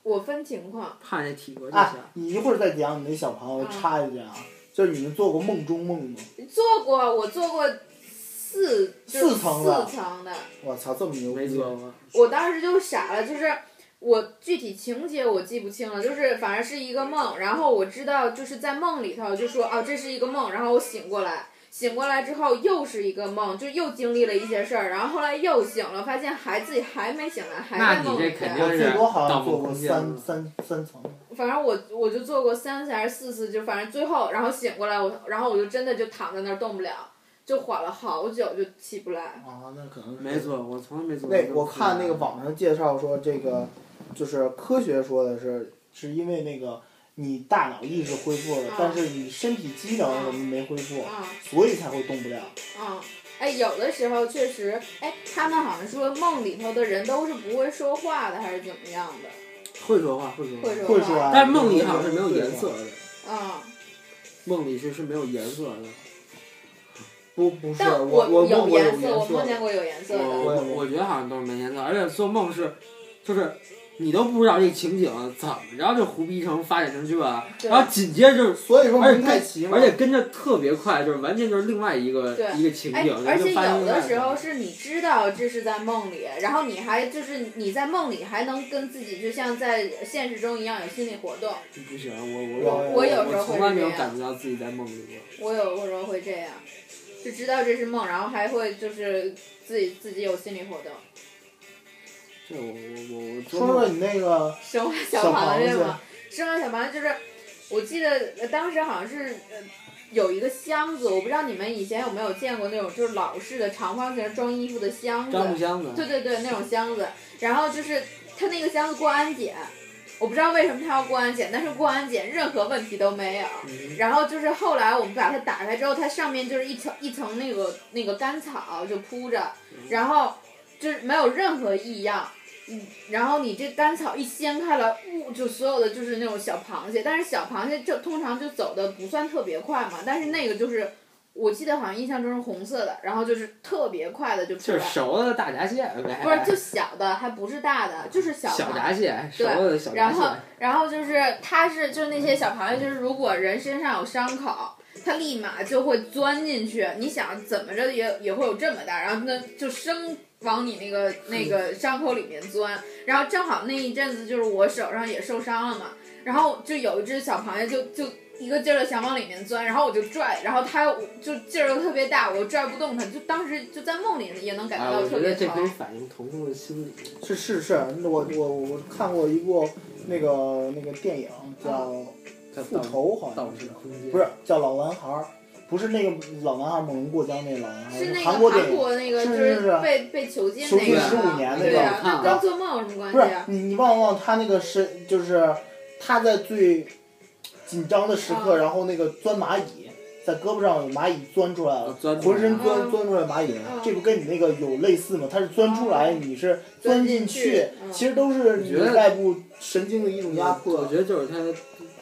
Speaker 4: 我分情况，
Speaker 2: 怕这体格就
Speaker 3: 哎
Speaker 2: 行。，
Speaker 3: 你一会儿再讲你那小朋友，我插一句啊，就是你们做过梦中梦吗？
Speaker 4: 做过，我做过四就是
Speaker 3: 四层的
Speaker 4: 四层的，
Speaker 3: 我操，这么牛
Speaker 2: 没
Speaker 3: 逼！
Speaker 2: 做过。
Speaker 4: 我当时就傻了，就是我具体情节我记不清了，就是反正是一个梦，然后我知道就是在梦里头就说哦这是一个梦，然后我醒过来，醒过来之后又是一个梦，就又经历了一些事儿，然后后来又醒了，发现还自己还没醒来，还
Speaker 5: 那
Speaker 4: 在梦
Speaker 5: 你
Speaker 4: 里
Speaker 5: 这
Speaker 4: 头
Speaker 5: 肯
Speaker 3: 我
Speaker 5: 定
Speaker 3: 最
Speaker 5: 是
Speaker 3: 多
Speaker 5: 盗
Speaker 3: 好像做
Speaker 5: 梦
Speaker 3: 过
Speaker 5: 空间
Speaker 3: 三
Speaker 5: 了。
Speaker 3: 三三层，
Speaker 4: 反正我我就做过三次还是四次，就反正最后然后醒过来我，然后我就真的就躺在那儿动不了，就缓了好久就起不来。
Speaker 3: 啊，那可能是
Speaker 2: 没做，我从来没做过。
Speaker 3: 那我看
Speaker 2: 啊
Speaker 3: 那个网上介绍说，这个就是科学说的是，是因为那个你大脑意识恢复了
Speaker 4: 啊，
Speaker 3: 但是你身体机能什么没恢复，
Speaker 4: 啊
Speaker 3: 所以才会动不了。
Speaker 4: 啊！哎，有的时候确实，哎，他们好像说梦里头的人都是不会说话的，还是怎么样的？
Speaker 2: 会说话，会说话
Speaker 4: 会。说话。
Speaker 3: 会说啊，
Speaker 2: 但是梦里好像是没有颜色。的，
Speaker 4: 啊、
Speaker 2: 梦里是是没有颜色的。
Speaker 3: 不不是，
Speaker 4: 但
Speaker 3: 我我
Speaker 4: 有
Speaker 3: 梦过有
Speaker 4: 颜
Speaker 3: 颜
Speaker 4: 色，我梦见
Speaker 3: 的
Speaker 4: 过有颜色
Speaker 2: 我
Speaker 4: 的。
Speaker 2: 我我觉得好像都是没颜色，而且做梦是，就是你都不知道这情景怎么着就胡逼成发展成这样，
Speaker 4: 对
Speaker 2: 然后紧接着就是，
Speaker 3: 所以说
Speaker 2: 而且
Speaker 3: 蒙太奇
Speaker 2: 跟
Speaker 3: 嘛
Speaker 2: 而，且跟着特别快，就是完全就是另外一个
Speaker 4: 对
Speaker 2: 一个情景，
Speaker 4: 哎
Speaker 2: 然后，
Speaker 4: 而且
Speaker 2: 就发现
Speaker 4: 有
Speaker 2: 另外
Speaker 4: 的
Speaker 2: 一个
Speaker 4: 时候是你知道这是在梦里，然后你还就是你在梦里还能跟自己就像在现实中一样有心理活动。
Speaker 2: 不行，我
Speaker 3: 我
Speaker 2: 我
Speaker 3: 我
Speaker 4: 有时候
Speaker 2: 我
Speaker 4: 会
Speaker 2: 从来
Speaker 4: 是
Speaker 2: 没有
Speaker 4: 这样
Speaker 2: 感觉到自己在梦里过。
Speaker 4: 我有时候会这样，就知道这是梦，然后还会就是自己自己有心理活动。
Speaker 2: 这我我我我做
Speaker 3: 说说
Speaker 2: 梦
Speaker 3: 你那个
Speaker 4: (laughs) 生化小
Speaker 3: 小
Speaker 4: 螃
Speaker 3: 螃
Speaker 4: 蟹
Speaker 3: 蟹
Speaker 4: 嘛，生化小螃蟹就是，我记得呃当时好像是呃有一个箱子，我不知道你们以前有没有见过那种就是老式的长方形装衣服的箱子，
Speaker 2: 张木箱子，
Speaker 4: 对对对，那种箱子。然后就是他那个箱子过安检，我不知道为什么他要过安检，但是过安检任何问题都没有。
Speaker 2: 嗯
Speaker 4: 然后就是后来我们把它打开之后，它上面就是一层一层那个那个干草就铺着，
Speaker 2: 嗯
Speaker 4: 然后就是没有任何异样。嗯，然后你这干草一掀开来，呜，就所有的就是那种小螃蟹，但是小螃蟹就通常就走的不算特别快嘛，但是那个就是，我记得好像印象中是红色的，然后就是特别快的就
Speaker 2: 就
Speaker 4: 出来
Speaker 2: 是
Speaker 4: 了，
Speaker 2: 熟的大闸蟹呗，
Speaker 4: 不是，就小的，还不是大的，就是小
Speaker 2: (laughs) 小
Speaker 4: 的。
Speaker 2: 闸蟹，熟的小闸
Speaker 4: 然
Speaker 2: 蟹哎
Speaker 4: 后，然后就是它是就是那些小螃蟹，就是如果人身上有伤口，它立马就会钻进去。你想怎么着也也会有这么大，然后那就生往你那个那个伤口里面钻。然后正好那一阵子就是我手上也受伤了嘛，然后就有一只小螃蟹就就。一个劲儿的想往里面钻，然后我就拽，然后它就劲儿又特别大，我拽不动它，就当时就在梦里也能感觉
Speaker 2: 啊，
Speaker 4: 到
Speaker 2: 我觉
Speaker 4: 特
Speaker 2: 得
Speaker 4: 别
Speaker 2: 这
Speaker 4: 疼。
Speaker 2: 可以反映童工的心理。
Speaker 3: 是是是，我我我看过一部那个那个电影叫《复仇》，好
Speaker 2: 倒
Speaker 3: 像是
Speaker 2: 置。空间
Speaker 3: 不是叫老男孩儿，不是那个老男孩儿猛龙过江那老男孩儿，
Speaker 4: 是那个
Speaker 3: 韩
Speaker 4: 韩
Speaker 3: 国电影。
Speaker 4: 国那个，
Speaker 3: 是
Speaker 4: 就是
Speaker 3: 是
Speaker 4: 被被囚禁
Speaker 3: 囚
Speaker 4: 那
Speaker 3: 禁
Speaker 4: 个，
Speaker 3: 15年
Speaker 2: 那
Speaker 4: 对
Speaker 2: 个
Speaker 4: 啊，
Speaker 2: 我看
Speaker 4: 那
Speaker 2: 了
Speaker 4: 跟做梦有什么
Speaker 3: 不
Speaker 4: 关
Speaker 3: 是
Speaker 4: 系啊？
Speaker 3: 你，你忘不忘他那个是就是他在最紧张的时刻，
Speaker 4: 啊
Speaker 3: 然后那个钻蚂蚁，在胳膊上有蚂蚁钻出来了
Speaker 2: 啊，钻出来
Speaker 3: 浑身钻
Speaker 4: 啊
Speaker 3: 钻出来蚂蚁
Speaker 4: 啊，
Speaker 3: 这不跟你那个有类似吗？它是钻出来，
Speaker 4: 啊
Speaker 3: 你是
Speaker 4: 钻
Speaker 3: 钻
Speaker 4: 进
Speaker 3: 进
Speaker 4: 去嗯
Speaker 3: 其实都是你
Speaker 2: 我觉得
Speaker 3: 外部神经的一种压
Speaker 2: 我
Speaker 3: 迫。
Speaker 2: 觉得就是他，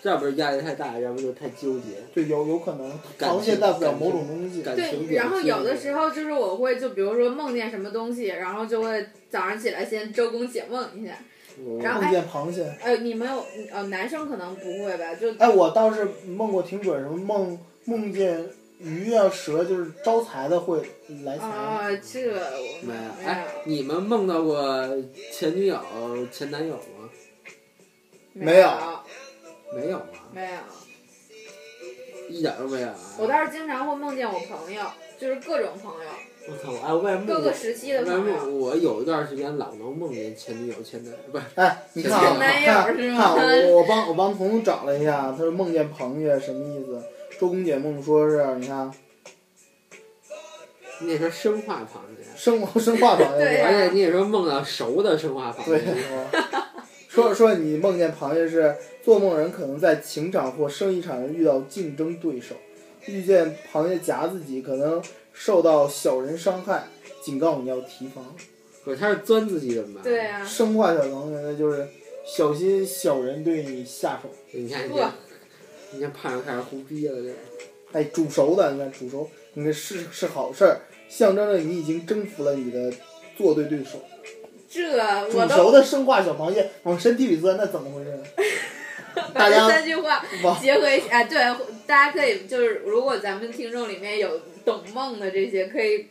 Speaker 2: 要不是压力太大，要不就是太纠结，
Speaker 3: 对，有有可能
Speaker 2: 感
Speaker 3: 螃蟹
Speaker 2: 情
Speaker 3: 代表
Speaker 2: 感
Speaker 3: 某
Speaker 2: 情
Speaker 3: 种东西。
Speaker 2: 感情
Speaker 4: 对，
Speaker 2: 表
Speaker 4: 然后
Speaker 2: 现
Speaker 4: 有的时候就是我会就比如说梦见什么东西，然后就会早上起来先周公解梦一下。
Speaker 2: 我
Speaker 4: 然后
Speaker 3: 梦见螃蟹，
Speaker 4: 呃，你们有呃男生可能不会吧？就
Speaker 3: 哎，我倒是梦过挺准，什么梦梦见鱼啊蛇，就是招财的会来财。
Speaker 4: 啊，这个我
Speaker 2: 没
Speaker 4: 没
Speaker 2: 有。
Speaker 4: 有
Speaker 2: 哎，你们梦到过前女友、前男友吗？
Speaker 4: 没有
Speaker 2: 没有啊，
Speaker 4: 没有。
Speaker 2: 一点都没有啊。
Speaker 4: 我倒是经常会梦见我朋友，就是各种朋友，
Speaker 2: 我操！我哎，外梦
Speaker 4: 各个时期的
Speaker 2: 外
Speaker 4: 朋友。
Speaker 2: 梦，我有一段时间老能梦见前女友、前男不是
Speaker 3: 哎，你看啊，
Speaker 2: 前
Speaker 4: 男
Speaker 3: 看
Speaker 4: 友
Speaker 3: 看啊
Speaker 4: 是吗
Speaker 3: 我我帮我帮彤彤找了一下，他说梦见螃蟹什么意思？周公解梦说是，你看
Speaker 2: 那时候生化螃蟹，
Speaker 3: 生生化螃
Speaker 4: 对
Speaker 3: 蟹，
Speaker 4: 呀
Speaker 2: 而且你也说梦到熟的生化螃
Speaker 3: 对
Speaker 2: 蟹，，
Speaker 3: 说说你梦见螃蟹是做梦人可能在情场或生意场上遇到竞争对手，遇见螃蟹夹自己可能受到小人伤害，警告你要提防。
Speaker 2: 可他是钻自己怎么办？
Speaker 4: 对，啊，
Speaker 3: 生化小螃蟹那就是小心小人对你下手。
Speaker 2: 你看你
Speaker 4: 不
Speaker 2: 这，你这胖又开始胡逼了，这
Speaker 3: 哎，煮熟的，你看煮熟，你看是是好事儿，象征着你已经征服了你的作对对手。
Speaker 4: 这我
Speaker 3: 煮
Speaker 4: 都
Speaker 3: 熟的生化小螃蟹往身体里钻，那怎么回事呢？大
Speaker 4: (laughs) 把这
Speaker 3: 家
Speaker 4: 三句话 (laughs)
Speaker 3: 往
Speaker 4: 结合一下，哎，对，大家可以就是，如果咱们听众里面有懂梦的这些，可以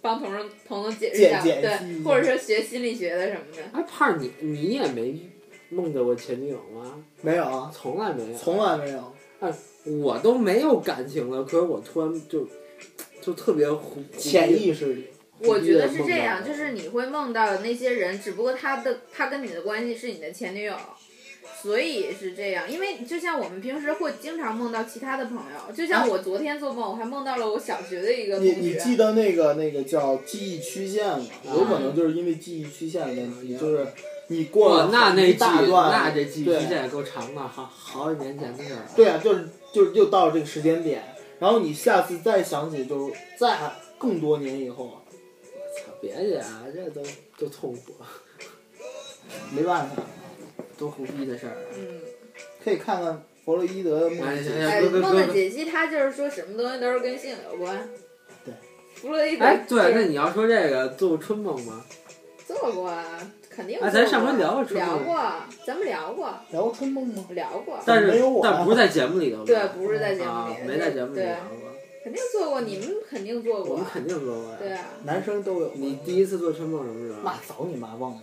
Speaker 4: 帮彤彤彤彤解释一下，
Speaker 3: 解解
Speaker 4: 对，
Speaker 3: 析
Speaker 4: 或者说学心理学的什么的。
Speaker 2: 哎，胖儿你你也没梦见过前女友吗？
Speaker 3: 没有啊，
Speaker 2: 从来没有，
Speaker 3: 从来没有。
Speaker 2: 我都没有感情了，可是我突然就就特别胡
Speaker 3: 潜意识里，
Speaker 4: 我觉得是这
Speaker 2: 梦
Speaker 4: 样，
Speaker 2: 到
Speaker 4: 就是你会梦到那些人，只不过他的他跟你的关系是你的前女友，所以是这样。因为就像我们平时会经常梦到其他的朋友，就像我昨天做梦，我还梦到了我小学的一个同
Speaker 3: 你你
Speaker 4: 学。
Speaker 3: 记得那个那个叫记忆曲线吗？有可能就是因为记忆曲线的问题，就是你过
Speaker 2: 哇
Speaker 3: 了，
Speaker 2: 那那
Speaker 3: 一
Speaker 2: 记
Speaker 3: 大段，
Speaker 2: 那这记忆
Speaker 3: 对
Speaker 2: 现在够长的，好好几年前的事儿了。
Speaker 3: 对啊，就是就是又到了这个时间点，然后你下次再想起，就是再更多年以后啊，
Speaker 2: 操，别介啊，这都都痛苦，
Speaker 3: 没办法，
Speaker 2: 都胡逼的事儿。
Speaker 4: 嗯，
Speaker 3: 可以看看弗洛伊德的梦
Speaker 2: 哎
Speaker 3: 境。
Speaker 2: 哎
Speaker 4: 哎，
Speaker 2: 别别别
Speaker 4: 梦的解析，他就是说什么东西都是跟性有关。
Speaker 3: 对，
Speaker 4: 弗洛伊德
Speaker 2: 哎，
Speaker 4: 就
Speaker 2: 对，那
Speaker 4: 是
Speaker 2: 你要说这个做过春梦吗？
Speaker 4: 做过啊，肯定
Speaker 2: 哎
Speaker 4: 做
Speaker 2: 咱上回聊过
Speaker 4: 过，啊
Speaker 2: 春梦
Speaker 4: 聊过，咱们聊过，
Speaker 3: 聊过春梦吗？
Speaker 4: 聊过。
Speaker 2: 但是
Speaker 3: 没有我啊
Speaker 2: 但不是在节目里头吧。
Speaker 4: (laughs) 对，不是在节目
Speaker 2: 啊
Speaker 4: 里，，
Speaker 2: 没在节目里
Speaker 4: 对
Speaker 2: 聊，过，
Speaker 4: 肯定做过，你们肯定做
Speaker 2: 我
Speaker 4: 过
Speaker 2: 们，肯定说过
Speaker 4: 对
Speaker 2: 呀。
Speaker 4: 啊。
Speaker 3: 男生都有。
Speaker 2: 你第一次做春梦什么时候
Speaker 3: 那？早你妈忘了，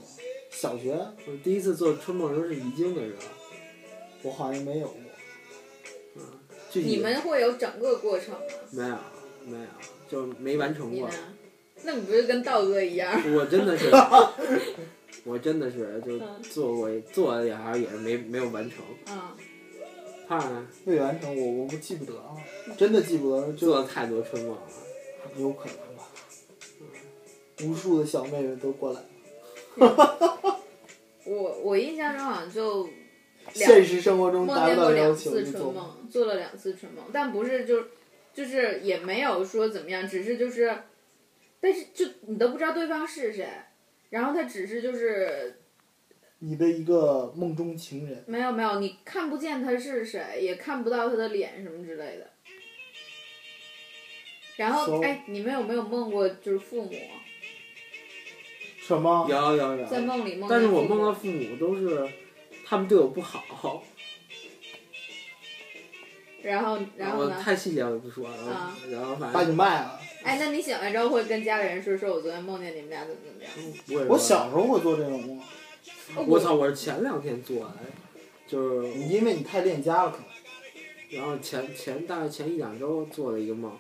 Speaker 3: 小学
Speaker 2: 我第一次做春梦时候是遗精的时候。
Speaker 3: 我好像没有过。
Speaker 2: 具体
Speaker 4: 你们会有整个过程吗？
Speaker 2: 没有没有，就没完成
Speaker 4: 你
Speaker 2: 过
Speaker 4: 呢。？那你不是跟道哥一样？
Speaker 2: 我真
Speaker 4: (laughs)
Speaker 2: 的是，我真的是就做过做了也还是也是没没有完成。
Speaker 4: 嗯，
Speaker 2: 胖儿呢，
Speaker 3: 未完成，我我不记不得了，真的记不得了，就
Speaker 2: 做了太多春梦了。
Speaker 3: 有可能吧。无数的小妹妹都过来，
Speaker 4: 我我印象中好像就两
Speaker 3: 现实生活中
Speaker 4: 梦
Speaker 3: 达
Speaker 4: 见
Speaker 3: 不
Speaker 4: 过
Speaker 3: 到要
Speaker 4: 两
Speaker 3: 求
Speaker 4: 次
Speaker 3: 就
Speaker 4: 春
Speaker 3: 做。
Speaker 4: 梦，做了两次春梦，但不是就就是也没有说怎么样，只是就是，但是就你都不知道对方是谁，然后他只是就是
Speaker 3: 你的一个梦中情人，
Speaker 4: 没有没有，你看不见他是谁，也看不到他的脸什么之类的。然后
Speaker 3: So-
Speaker 4: 哎，你们有没有梦过就是父母
Speaker 3: 什么？
Speaker 2: 有有有，
Speaker 4: 在梦里梦见父母？
Speaker 2: 但是我梦到父母都是，他们对我不好，
Speaker 4: 然后，然后
Speaker 2: 我
Speaker 4: 呢？
Speaker 2: 太细节我就不说了。
Speaker 4: 啊
Speaker 2: 然后反
Speaker 3: 把
Speaker 2: 正
Speaker 3: 你卖了。
Speaker 4: 哎，那你醒来之后会跟家里人说，说我昨天梦见你们俩怎么怎么样？
Speaker 2: 不会说
Speaker 3: 我小时候会做这种梦，
Speaker 2: 我操，我是前两天做的，就是
Speaker 3: 你因为你太恋家了，可能。
Speaker 2: 然后前前大概前一两周做了一个梦，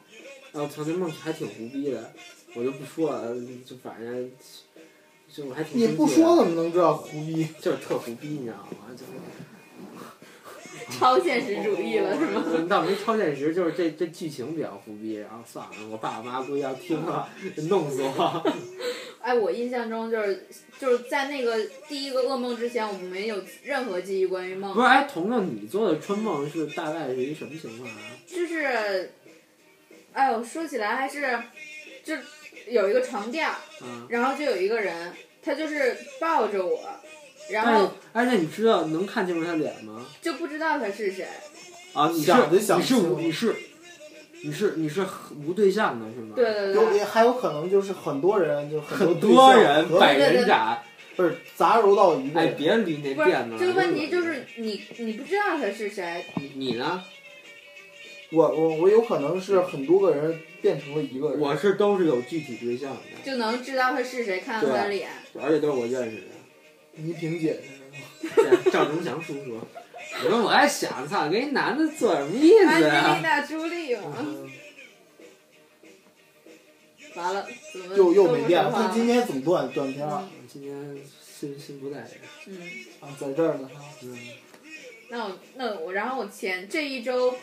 Speaker 2: 然后操这梦还挺胡逼的，我就不说了，就反正就我还挺
Speaker 3: 你
Speaker 2: 生
Speaker 3: 不
Speaker 2: 气的
Speaker 3: 说怎么能知道胡逼？
Speaker 2: 就是特胡逼，你知道吗？就是
Speaker 4: 超现实主义了是吗？
Speaker 2: 嗯倒没超现实，就是这这剧情比较胡逼，然后算了，我爸我妈估计要听了弄死我。 (laughs)
Speaker 4: 哎，我印象中就是就是在那个第一个噩梦之前，我没有任何记忆关于
Speaker 2: 不
Speaker 4: 梦，
Speaker 2: 是，哎，彤彤，你做的春梦是大概是一什么情况啊？
Speaker 4: 就是，哎呦，说起来还是，就有一个床垫儿，
Speaker 2: 啊，
Speaker 4: 然后就有一个人，他就是抱着我，然
Speaker 2: 但是
Speaker 4: 后
Speaker 2: 而哎且你知道能看清楚他脸吗？
Speaker 4: 就不知道他是谁，
Speaker 2: 啊，你是
Speaker 3: 想都想
Speaker 2: 你
Speaker 3: 不
Speaker 2: 是
Speaker 3: 清
Speaker 2: 无你是你是你是无对象的是吗？
Speaker 4: 对对
Speaker 3: (laughs) 有
Speaker 4: 对，
Speaker 3: 也还有可能就是很多人，就
Speaker 2: 很
Speaker 3: 多
Speaker 2: 多
Speaker 3: 对象
Speaker 2: 人
Speaker 3: 和
Speaker 2: 百
Speaker 4: 对对
Speaker 2: 人
Speaker 4: 对
Speaker 2: 斩，
Speaker 3: 不是杂糅到一个
Speaker 2: 哎，
Speaker 3: 人。
Speaker 2: 别捋
Speaker 4: 不
Speaker 2: 那垫子了。
Speaker 4: 是这个问题就是你你不知道他是谁，
Speaker 2: 你你呢？
Speaker 3: 我我我有可能是很多个人变成了一个人。
Speaker 2: 我是都是有具体对象的，
Speaker 4: 就能知道他是谁，看到他的脸。
Speaker 2: 而且都是我认识的。
Speaker 3: 倪萍姐是吗
Speaker 2: 对 (laughs) 赵忠祥叔叔，我说我在想，操，给男的做什么意
Speaker 4: 安
Speaker 2: 思
Speaker 4: 吉丽
Speaker 2: 啊？嗯
Speaker 4: 娜·朱莉嘛，完了，怎么
Speaker 3: 又又
Speaker 4: 都不
Speaker 3: 没电了。
Speaker 4: 说话
Speaker 3: 他今天总断断片儿啊，
Speaker 2: 我今天心心不在焉，
Speaker 4: 嗯，
Speaker 3: 在这儿呢。
Speaker 2: 嗯，
Speaker 4: 那我那我，然后我前这一周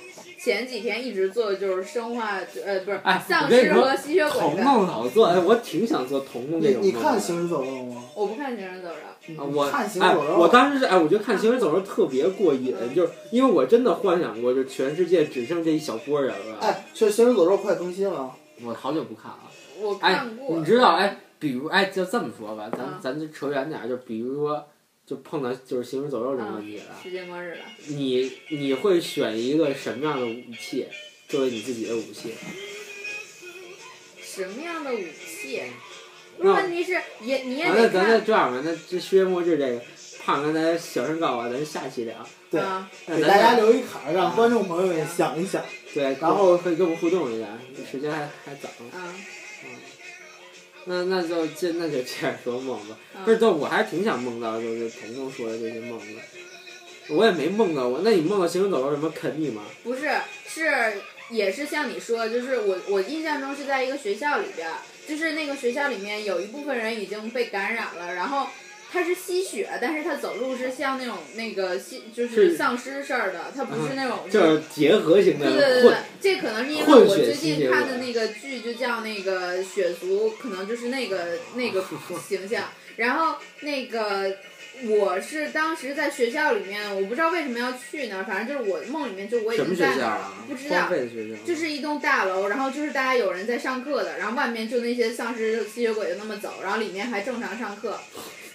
Speaker 4: 前几天一直做的就是生化，呃，不是、
Speaker 2: 哎我
Speaker 4: 丧
Speaker 2: 跟你
Speaker 4: 尸
Speaker 2: 说
Speaker 4: 和吸血鬼
Speaker 2: 童
Speaker 4: 的。
Speaker 2: 梦好做，哎，我挺想做童梦这
Speaker 3: 你
Speaker 2: 种
Speaker 3: 你
Speaker 2: 梦
Speaker 3: 看《
Speaker 2: 的
Speaker 3: 行尸走肉》吗？
Speaker 4: 我不看《行尸走肉
Speaker 2: 啊，我
Speaker 3: 看《行尸
Speaker 2: 哎
Speaker 3: 走肉》，
Speaker 2: 我当时是哎，我觉得看《行尸走肉》特别过瘾，
Speaker 4: 嗯
Speaker 2: 就是因为我真的幻想过，就全世界只剩这一小波人了。
Speaker 3: 哎，这《行尸走肉》快更新了，
Speaker 2: 我好久不看了。》，
Speaker 4: 我
Speaker 2: 哎
Speaker 4: 看过。
Speaker 2: 你知道哎，比如哎，就这么说吧，咱、
Speaker 4: 啊
Speaker 2: 咱就扯远点儿，就比如说，就碰到就是《行尸走肉》这
Speaker 4: 嗯
Speaker 2: 个问题了，
Speaker 4: 世界末日了，
Speaker 2: 你你会选一个什么样的武器作为你自己的武器？
Speaker 4: 什么样的武器？
Speaker 2: 那
Speaker 4: 问题是也你也
Speaker 2: 完了，
Speaker 4: 得
Speaker 2: 嗯咱再
Speaker 4: 看
Speaker 2: 这样吧，那这世界末日这个，胖刚才小声告诉啊我，咱下期聊。
Speaker 3: 对
Speaker 4: 啊，
Speaker 2: 那
Speaker 3: 给
Speaker 2: 咱
Speaker 3: 大家
Speaker 2: 就
Speaker 3: 留一坎儿，让观众朋友们想一想。
Speaker 2: 对，然后可以跟我们互动一下，时间还还早。
Speaker 4: 啊，
Speaker 2: 那那就接那就接着说梦吧。
Speaker 4: 嗯
Speaker 2: 但是就我还挺想梦到就是彤彤说的这些梦的，我也没梦到过。那你梦到行尸走肉什么啃你吗？
Speaker 4: 不是，是也是像你说，就是我我印象中是在一个学校里边儿，就是那个学校里面有一部分人已经被感染了，然后他是吸血，但是他走路是像那种那个吸就是
Speaker 2: 是嗯
Speaker 4: 丧尸似儿的，他不是那种、
Speaker 2: 就是结合型的
Speaker 4: 对
Speaker 2: 混。
Speaker 4: 对对对，这可能是因为
Speaker 2: 混
Speaker 4: 我
Speaker 2: 血
Speaker 4: 最
Speaker 2: 吸
Speaker 4: 近
Speaker 2: 血
Speaker 4: 看
Speaker 2: 鬼
Speaker 4: 的那个剧就叫那个《血族》，可能就是那个那个形象。然后那个我是当时在学校里面，我不知道为什么要去那儿，反正就是我梦里面就我已
Speaker 2: 什么
Speaker 4: 经
Speaker 2: 学
Speaker 4: 在
Speaker 2: 校
Speaker 4: 那儿
Speaker 2: 啊
Speaker 4: 了，？不知道
Speaker 2: 荒。废的学校。啊
Speaker 4: 就是一栋大楼，然后就是大家有人在上课的，然后外面就那些丧尸吸血鬼就那么走，然后里面还正常上课。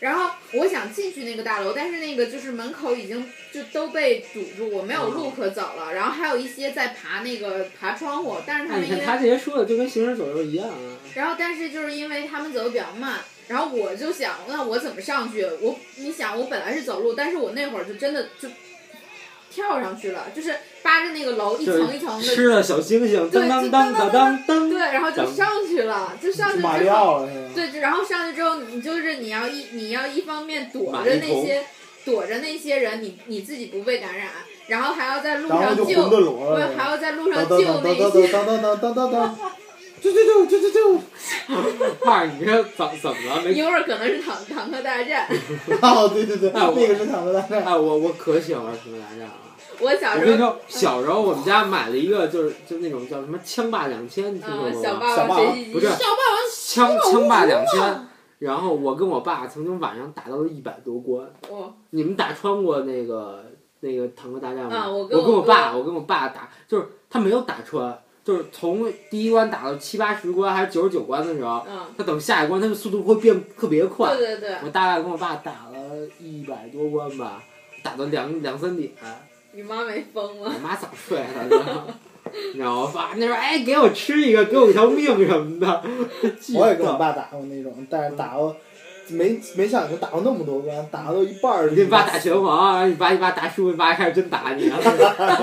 Speaker 4: 然后我想进去那个大楼，但是那个就是门口已经就都被堵住，我没有路可走了。然后还有一些在爬那个爬窗户，但是他
Speaker 2: 哎，
Speaker 4: 们
Speaker 2: 你
Speaker 4: 因
Speaker 2: 看
Speaker 4: 为
Speaker 2: 他这些说的就跟行尸走肉一样啊。
Speaker 4: 然后，但是就是因为他们走的比较慢，然后我就想，那我怎么上去？我你想，我本来是走路，但是我那会儿就真的就跳上去了，就是扒着那个楼一层一层的，
Speaker 2: 吃了小星星，
Speaker 4: 对
Speaker 2: 当当当当当当。
Speaker 4: 对，然后就上去了，就上去
Speaker 3: 马
Speaker 4: 之
Speaker 3: 里
Speaker 4: 后，
Speaker 3: 奥了是吧？
Speaker 4: 对，然后上去之后，你就是你要一你要一方面躲
Speaker 2: 马
Speaker 4: 着
Speaker 2: 一
Speaker 4: 那
Speaker 2: 彤
Speaker 4: 些躲着那些人，你你自己不被感染，然后还要在路
Speaker 3: 然后
Speaker 4: 上
Speaker 3: 就
Speaker 4: 救，
Speaker 3: 魂
Speaker 4: 不
Speaker 3: 斗罗
Speaker 4: 是
Speaker 3: 了是
Speaker 4: 还
Speaker 3: 吧。
Speaker 4: 要在路
Speaker 3: 当
Speaker 4: 上
Speaker 3: 当
Speaker 4: 救
Speaker 3: 当
Speaker 4: 那
Speaker 3: 当
Speaker 4: 些
Speaker 3: 当当当当当当当，啾啾啾啾啾啾。
Speaker 2: (laughs)
Speaker 3: (laughs)
Speaker 2: 二，你这怎怎么了？没
Speaker 4: 一会儿可能是坦坦克大
Speaker 2: (laughs)
Speaker 4: 战。
Speaker 3: 哦，对对对，
Speaker 2: 啊我
Speaker 3: 那个是坦克大战。
Speaker 2: 啊，我我可喜欢玩什么来着了。
Speaker 4: 我小
Speaker 2: 我
Speaker 4: 时
Speaker 2: 跟你
Speaker 4: 候，嗯
Speaker 2: 说，小时候我们家买了一个，就是就那种叫什么“枪霸两千”，你听说
Speaker 4: 嗯，
Speaker 2: 过
Speaker 4: 小
Speaker 2: 吗？
Speaker 4: 霸哎
Speaker 3: 小霸
Speaker 4: 王
Speaker 3: 王
Speaker 4: 学习
Speaker 2: 不
Speaker 4: 机
Speaker 2: 是，
Speaker 4: 小霸
Speaker 2: 枪枪霸两千。然后我跟我爸曾经晚上打到了一百多关。
Speaker 4: 王我
Speaker 2: 你们打穿过那个那个坦克大战吗？
Speaker 4: 啊我
Speaker 2: 我
Speaker 4: 跟我
Speaker 2: 我
Speaker 4: 哥
Speaker 2: 爸，我跟我爸打，就是他没有打穿，就是从第一关打到七八十关还是九十九关的时候，
Speaker 4: 嗯，
Speaker 2: 他等下一关他的速度会变特别快。
Speaker 4: 对对对，
Speaker 2: 我大概跟我爸打了一百多关吧，打到两两三点，
Speaker 4: 你妈没疯
Speaker 2: 我
Speaker 4: 吗？
Speaker 2: 妈早睡了， (laughs) 你知道吗？然后我爸那时候哎，给我吃一个，给我一条命什么的。巨
Speaker 3: 我也跟我
Speaker 2: 逗
Speaker 3: 爸打过那种，但
Speaker 2: 嗯
Speaker 3: 是打过没没想过打过那么多关，打到一半儿就
Speaker 2: (laughs) 你爸打拳皇，然啊后你爸一巴打输，你爸开始真打你了， (laughs)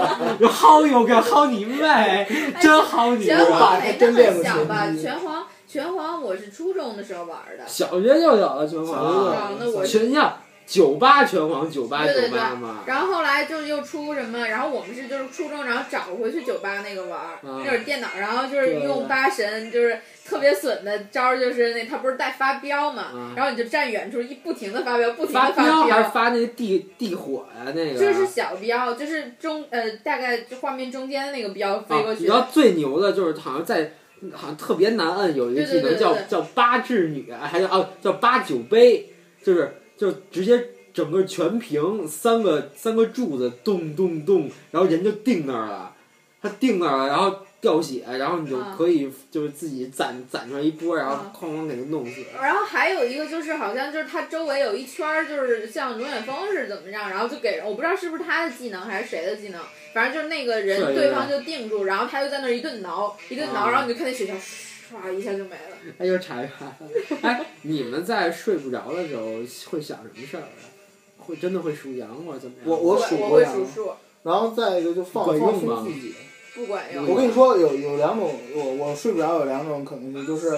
Speaker 2: 薅有个薅你妹，真薅你
Speaker 4: 哎拳
Speaker 2: 是吧
Speaker 4: 皇
Speaker 3: 爸
Speaker 4: 没
Speaker 3: 还
Speaker 4: 那
Speaker 3: 真练
Speaker 4: 么
Speaker 3: 过
Speaker 4: 小吧？
Speaker 3: 拳击
Speaker 4: 拳皇，拳皇我是初中的时候玩的，
Speaker 2: 小学就有了拳
Speaker 3: 小
Speaker 2: 皇，
Speaker 4: 啊那我
Speaker 2: 全校九八拳皇，九八
Speaker 4: 对对
Speaker 2: 九
Speaker 4: 对
Speaker 2: 八嘛。
Speaker 4: 然后后来就又出什么，然后我们是就是初中，然后找回去酒吧那个玩儿，
Speaker 2: 嗯
Speaker 4: 那会儿电脑，然后就是
Speaker 2: 对
Speaker 4: 用八神，就是特别损的招儿，就是那他不是带发镖嘛，
Speaker 2: 嗯
Speaker 4: 然后你就站远处一不停的发镖，
Speaker 2: (laughs)
Speaker 4: 不停
Speaker 2: 发
Speaker 4: 的
Speaker 2: 飙还是
Speaker 4: 镖。
Speaker 2: 发那个啊地地火呀、那个？啊
Speaker 4: 就是小镖，就是中呃，大概就画面中间那个镖飞过
Speaker 2: 啊，你
Speaker 4: 去
Speaker 2: 知道最牛的就是好像在好像特别难摁，有一个技
Speaker 4: 对对对
Speaker 2: 能叫
Speaker 4: 对对
Speaker 2: 叫八智女，还有啊叫八九杯，就是就直接整个全屏三个三个柱子咚咚咚，然后人就定那儿了，他定那儿了，然后掉血，然后你就
Speaker 4: 啊
Speaker 2: 可以就是自己攒攒出来一波，然后
Speaker 4: 啊
Speaker 2: 哐哐给他弄死。
Speaker 4: 然后还有一个就是，好像就是他周围有一圈儿，就是像龙卷风是怎么样，然后就给人，我不知道是不是他的技能还是谁的技能，反正就是那个
Speaker 2: 是
Speaker 4: 人
Speaker 2: 是
Speaker 4: 对方就定住，然后他就在那儿一顿挠，一顿挠，
Speaker 2: 啊
Speaker 4: 然后你就看那血条唰一下就没了。
Speaker 2: 哎呦，查一查。 (laughs) 哎，你们在睡不着的时候会想什么事儿啊？会真的会数羊或者怎么样？
Speaker 3: 我
Speaker 4: 我
Speaker 3: 我数
Speaker 4: 我
Speaker 3: 过
Speaker 4: 会
Speaker 3: 呀，
Speaker 4: 数数，
Speaker 3: 然后再一个就放
Speaker 2: 管
Speaker 3: 放
Speaker 2: 用吗
Speaker 3: 松自己。
Speaker 4: 不管用。
Speaker 3: 我跟你说，有有两种，我我睡不着有两种可能性，就是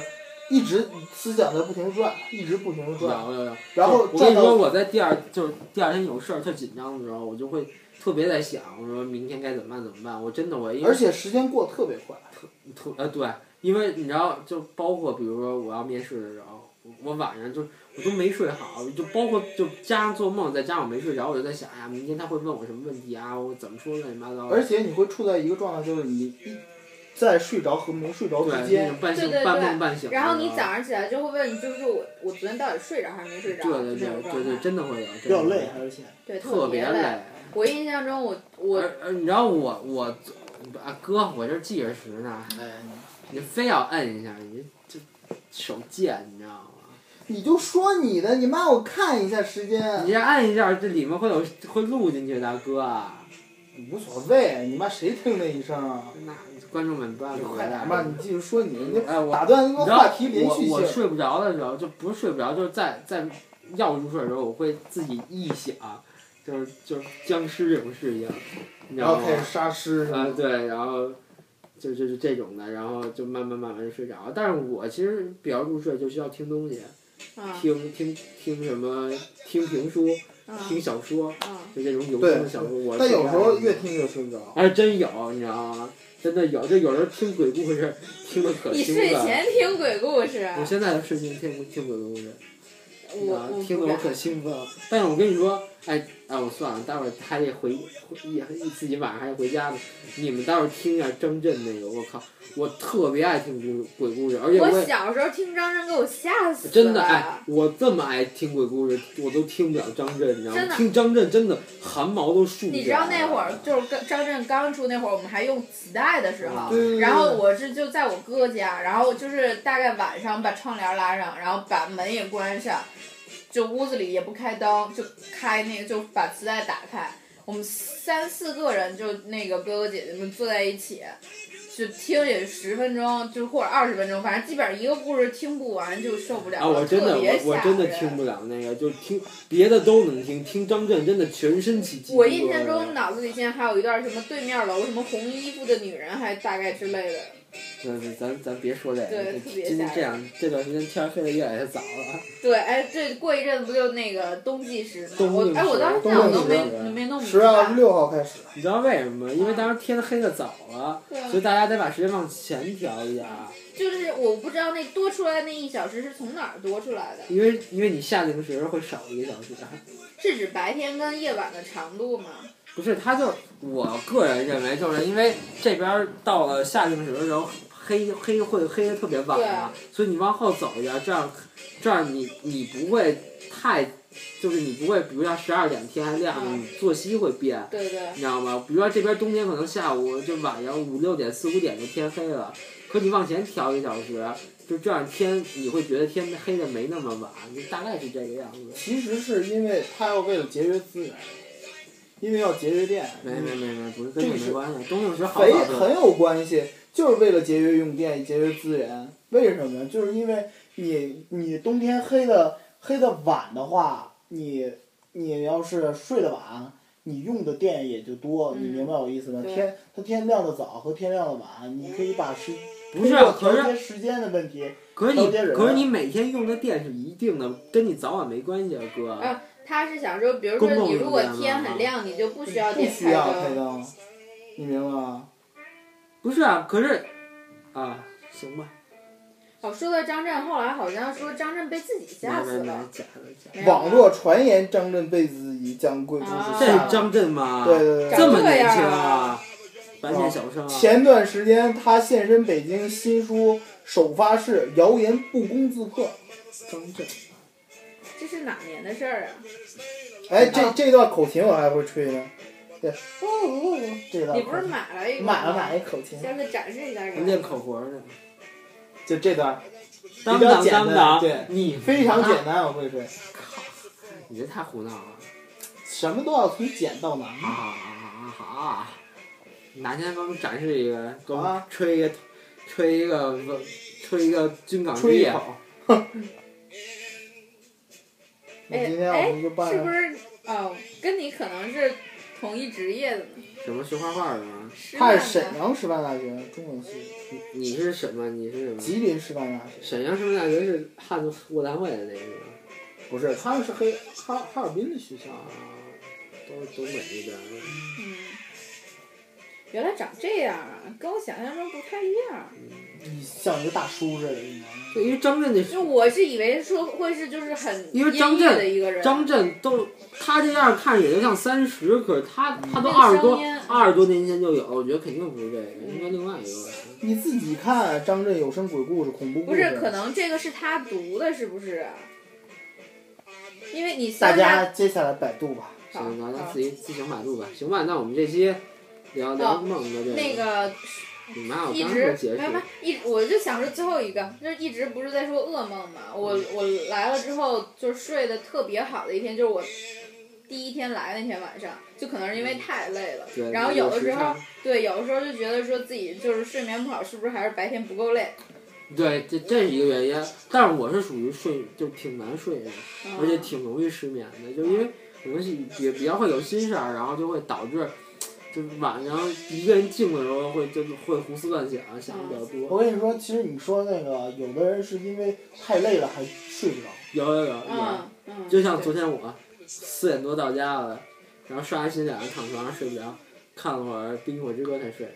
Speaker 3: 一直思想在不停地转，一直不停地转，
Speaker 2: 有有有。
Speaker 3: 然后
Speaker 2: 嗯我跟
Speaker 3: 转
Speaker 2: 你说，
Speaker 3: 到
Speaker 2: 我在第二就是第二天有事儿特紧张的时候，我就会特别在想，我说明天该怎么办怎么办？我真的我因为
Speaker 3: 而且时间过得特别快。
Speaker 2: 特呃对，因为你知道，就包括比如说我要面试的时候，我我晚上就我都没睡好，就包括就加上做梦，再加上我没睡着，我就在想，哎呀，明天他会问我什么问题啊？我怎么说乱七八糟的？
Speaker 3: 而且你会处在一个状态，就是你一在睡着和没睡着之
Speaker 2: 对，那
Speaker 3: 间，
Speaker 2: 种半
Speaker 4: 对
Speaker 2: 醒
Speaker 4: 对对
Speaker 2: 半梦半醒的时候。
Speaker 4: 然后你早上起来就会问，就是我我昨天到底睡着还是没睡着？
Speaker 2: 对对
Speaker 4: 就这
Speaker 2: 对
Speaker 4: 种
Speaker 2: 对
Speaker 4: 状
Speaker 2: 对，
Speaker 4: 态。
Speaker 2: 真的会有，
Speaker 3: 比
Speaker 2: 比
Speaker 3: 较累，而且
Speaker 4: 对，
Speaker 2: 特
Speaker 4: 别
Speaker 2: 别累。
Speaker 4: 我印象中我，我
Speaker 2: 而而你知道我我啊哥，我这记着时呢。
Speaker 3: 哎，
Speaker 2: 你非要摁一下，你这这手贱，你知道吗？
Speaker 3: 你就说你的，你妈我看一下时间
Speaker 2: 你，这按一下，这里面会有会录进去的，哥啊。
Speaker 3: 无所谓，你妈谁听那一声啊？
Speaker 2: 那观众们不要
Speaker 3: 你
Speaker 2: 怎
Speaker 3: 快点
Speaker 2: 么
Speaker 3: 吧，你继续说你的，
Speaker 2: 哎，
Speaker 3: 那
Speaker 2: 我
Speaker 3: 打断那
Speaker 2: 你知
Speaker 3: 个
Speaker 2: 道
Speaker 3: 话题连续
Speaker 2: 我我
Speaker 3: 性。
Speaker 2: 睡不着的时候，就不是睡不着，就是在在要入睡的时候，我会自己臆想，就是就是僵尸这种事情，你知
Speaker 3: 然
Speaker 2: 道
Speaker 3: 后
Speaker 2: 吗
Speaker 3: 开？始杀尸是
Speaker 2: 啊
Speaker 3: 吧？
Speaker 2: 对，然后就就是这种的，然后就慢慢慢慢睡着。但是我其实比较入睡，就需要听东西，
Speaker 4: 嗯
Speaker 2: 听听听什么，听评书，听
Speaker 4: 嗯
Speaker 2: 小说，
Speaker 4: 嗯，
Speaker 2: 就这种有声的小说。我
Speaker 3: 但有时候越
Speaker 2: 越
Speaker 3: 听越睡不着。
Speaker 2: 还哎真有，你知道吗？真的有，就有时候听鬼故事听的可
Speaker 4: 你
Speaker 2: 清
Speaker 4: 睡
Speaker 2: 了。
Speaker 4: 前听鬼故事，
Speaker 2: 我现在睡前听听鬼故事。
Speaker 4: 我
Speaker 2: 啊
Speaker 4: 我
Speaker 2: 听
Speaker 4: 不
Speaker 2: 得我
Speaker 4: 敢。
Speaker 2: 可兴奋了。嗯但是我跟你说，哎哎，我算了，待会儿还得回回也自己晚上还得回家呢。你们待会儿听一下张震那个，我靠，我特别爱听故鬼故事，而且我
Speaker 4: 我
Speaker 2: 也
Speaker 4: 小时候听张震给我吓死了，
Speaker 2: 真的哎，我这么爱听鬼故事，我都听不了张震，你知道
Speaker 4: 真的
Speaker 2: 吗？听张震真的汗毛都竖起来了。
Speaker 4: 你知道那会儿就是跟张震刚出那会儿，我们还用磁带的时候，
Speaker 2: 啊
Speaker 3: 对
Speaker 4: 然后我是就在我哥家，然后就是大概晚上把窗帘拉上，然后把门也关上，就屋子里也不开灯，就开那个就把磁带打开，我们三四个人就那个哥哥姐姐们坐在一起。就听也十分钟，就或者二十分钟，反正基本上一个故事听不完就受不了了，
Speaker 2: 啊，我真的
Speaker 4: 特别
Speaker 2: 我我
Speaker 4: 吓
Speaker 2: 真的
Speaker 4: 人
Speaker 2: 听不了那个，就听别的都能听，听张震真的全身起鸡皮疙瘩。
Speaker 4: 我印象中脑子里现在还有一段什么对面楼什么红衣服的女人，还大概之类的。
Speaker 2: 咱咱咱别说这个，
Speaker 4: 对特别
Speaker 2: 今天
Speaker 4: 吓
Speaker 2: 这两这段时间天儿黑的越来越早了。
Speaker 4: 对，哎，对，过一阵子不就那个冬季时吗？
Speaker 2: 冬季
Speaker 4: 我哎，
Speaker 2: 时
Speaker 4: 我到现
Speaker 3: 冬
Speaker 4: 在我
Speaker 3: 季
Speaker 4: 都
Speaker 3: 时
Speaker 4: 没没弄明白。
Speaker 3: 十月六号开始，
Speaker 2: 你知道为什么吗？因为当时天黑的早了，
Speaker 4: 嗯对啊
Speaker 2: 所以大家得把时间往前调一点儿。
Speaker 4: 就是我不知道那多出来那一小时是从哪儿多出来的，
Speaker 2: 因为因为你下零时会少一个小时。啊
Speaker 4: 是指白天跟夜晚的长度吗？
Speaker 2: 不是，他就我个人认为，就是因为这边儿到了夏令时的时候，黑黑会黑的特别晚嘛，
Speaker 4: 啊
Speaker 2: 所以你往后走一点，这样这样你你不会太，就是你不会，比如像十二点天还亮着，
Speaker 4: 嗯
Speaker 2: 你作息会变。
Speaker 4: 对对，
Speaker 2: 你知道吗？比如说这边冬天可能下午就晚上五六点四五点就天黑了，可你往前调一个小时，就这样天你会觉得天黑的没那么晚，就大概是这个样子。
Speaker 3: 其实是因为他要为了节约资源，因为要节约电，
Speaker 2: 没没没没，不是跟你
Speaker 3: 这个
Speaker 2: 没
Speaker 3: 是
Speaker 2: 关系，冬令时好
Speaker 3: 很
Speaker 2: 早就
Speaker 3: 很有关系，就是为了节约用电、节约资源。为什么呢？就是因为你你冬天黑的黑的晚的话，你你要是睡得晚，你用的电也就多，你
Speaker 4: 嗯
Speaker 3: 明白我意思吗？
Speaker 4: 对
Speaker 3: 天它天亮的早和天亮的晚，你可以把时
Speaker 2: 不是啊
Speaker 3: 通过
Speaker 2: 可是
Speaker 3: 调节时间的问题，
Speaker 2: 可是你
Speaker 3: 老年人
Speaker 2: 可是你每天用的电是一定的，跟你早晚没关系啊，哥。
Speaker 4: 啊他是想说，比如说
Speaker 2: 公共
Speaker 4: 你如果
Speaker 2: 空间
Speaker 4: 天
Speaker 2: 嘛
Speaker 4: 很亮，你就不
Speaker 3: 不
Speaker 4: 需要点
Speaker 3: 需
Speaker 4: 开
Speaker 3: 要开
Speaker 4: 灯。
Speaker 3: 灯，你明白吗？
Speaker 2: 不是啊，可是啊，行吧，
Speaker 4: 哦，说到张震，后来好像说张震被自己
Speaker 2: 没
Speaker 4: 吓
Speaker 2: 没
Speaker 4: 死
Speaker 2: 没
Speaker 4: 了，，
Speaker 2: 假的假的。
Speaker 4: 没有
Speaker 3: 网
Speaker 4: 吗
Speaker 3: 络传言张震被自己将贵公
Speaker 4: 啊
Speaker 3: 司
Speaker 2: 这
Speaker 3: 杀
Speaker 2: 是
Speaker 3: 了。
Speaker 2: 张震吗？
Speaker 3: 对对对对
Speaker 2: 这么年
Speaker 4: 长这
Speaker 2: 轻
Speaker 4: 样
Speaker 2: 啊
Speaker 4: 啊，
Speaker 2: 白面小生啊。
Speaker 3: 前段时间他现身北京新书首发式，谣言不攻自破。
Speaker 2: 张震，
Speaker 4: 这是哪年的事儿啊？
Speaker 3: 哎，这这段口琴我还会吹呢。对，哦哦，哦这段
Speaker 4: 你不是
Speaker 3: 口
Speaker 4: 买了一
Speaker 3: 琴
Speaker 4: 个
Speaker 3: 买了
Speaker 4: 吗
Speaker 3: 买一口琴，
Speaker 4: 下次展示一下给
Speaker 2: 我练口活呢。
Speaker 3: 就这段
Speaker 2: 当
Speaker 3: 比较
Speaker 2: 当
Speaker 3: 简单
Speaker 2: 当当，
Speaker 3: 对
Speaker 2: 你
Speaker 3: 非常
Speaker 2: 啊
Speaker 3: 简单，我会吹，
Speaker 2: 你这太胡闹了！
Speaker 3: 什么都要从简到难。
Speaker 4: 哎
Speaker 2: 好好好好好啊，哪天给我们展示一个，给我们
Speaker 3: 啊
Speaker 2: 吹一个，吹一个，吹一个军港之
Speaker 3: 吹一
Speaker 2: 夜
Speaker 3: 口。。那今天我们就办
Speaker 4: 哎是不
Speaker 3: 了，
Speaker 4: 是哦？跟你可能是同一职业的呢。
Speaker 2: 什么学画画的啊吗？
Speaker 4: 师
Speaker 3: 他
Speaker 4: 范
Speaker 3: 是
Speaker 4: 的
Speaker 3: 沈阳师范大学中文系，
Speaker 2: 你你是什么？你是什么？
Speaker 3: 吉林师范大学，
Speaker 2: 沈阳师范大学是汉族卧谈会的那个是吧
Speaker 3: 不是，他们是黑哈哈尔滨的学校。
Speaker 2: 啊，都是东北那边的。
Speaker 4: 嗯，原来长这样啊，跟我想象中不太一样。
Speaker 3: 嗯你像一个大叔似的，你知道吗？
Speaker 2: 对，因为张震那
Speaker 4: 就我是以为说会是就是很
Speaker 2: 因为张
Speaker 4: 阴郁
Speaker 2: 震
Speaker 4: 的一个人，啊
Speaker 2: 张震都，他这样看着也就像三十，可是他他都
Speaker 4: 那个
Speaker 2: 二十多
Speaker 4: 声音嗯
Speaker 2: 二十多年前就有，我觉得肯定不是这个，应该另外一个人。
Speaker 4: 嗯
Speaker 3: 你自己看张震有声鬼故事、恐怖故
Speaker 4: 不
Speaker 3: 事，
Speaker 4: 是？可能这个是他读的，是不是啊？因为你
Speaker 3: 大
Speaker 4: 像
Speaker 3: 家接下来百度吧。
Speaker 4: 他
Speaker 2: 行，大家
Speaker 4: 好
Speaker 2: 自己自行百度吧。行吧，那我们这期聊聊梦的这
Speaker 4: 那个
Speaker 2: 你妈，我
Speaker 4: 一
Speaker 2: 刚
Speaker 4: 直
Speaker 2: 说结
Speaker 4: 没有没有
Speaker 2: 束，
Speaker 4: 一我就想说最后一个，就是一直不是在说噩梦嘛。我
Speaker 2: 嗯
Speaker 4: 我来了之后就是睡得特别好的一天，就是我第一天来那天晚上，就可能是因
Speaker 2: 嗯
Speaker 4: 为太累了
Speaker 2: 对，，
Speaker 4: 然后有的时候
Speaker 2: 时
Speaker 4: 对有的时候就觉得说自己就是睡眠不好，是不是还是白天不够累？
Speaker 2: 差对，这这是一个原因。但是我是属于睡就挺难睡的，
Speaker 4: 嗯
Speaker 2: 而且挺容易失眠的，就因为可能是也比较会有心事儿，然后就会导致就是晚上一个人静的时候会就是会胡思乱想，想的比较多。
Speaker 3: 我跟你说，其实你说那个，有的人是因为太累了还睡不着。
Speaker 2: 有有有有，
Speaker 4: 嗯嗯，
Speaker 2: 就像
Speaker 4: 对
Speaker 2: 昨天我四点多到家了，然后刷完洗脸躺床上睡不着，看了会儿《冰与火之歌》才睡的，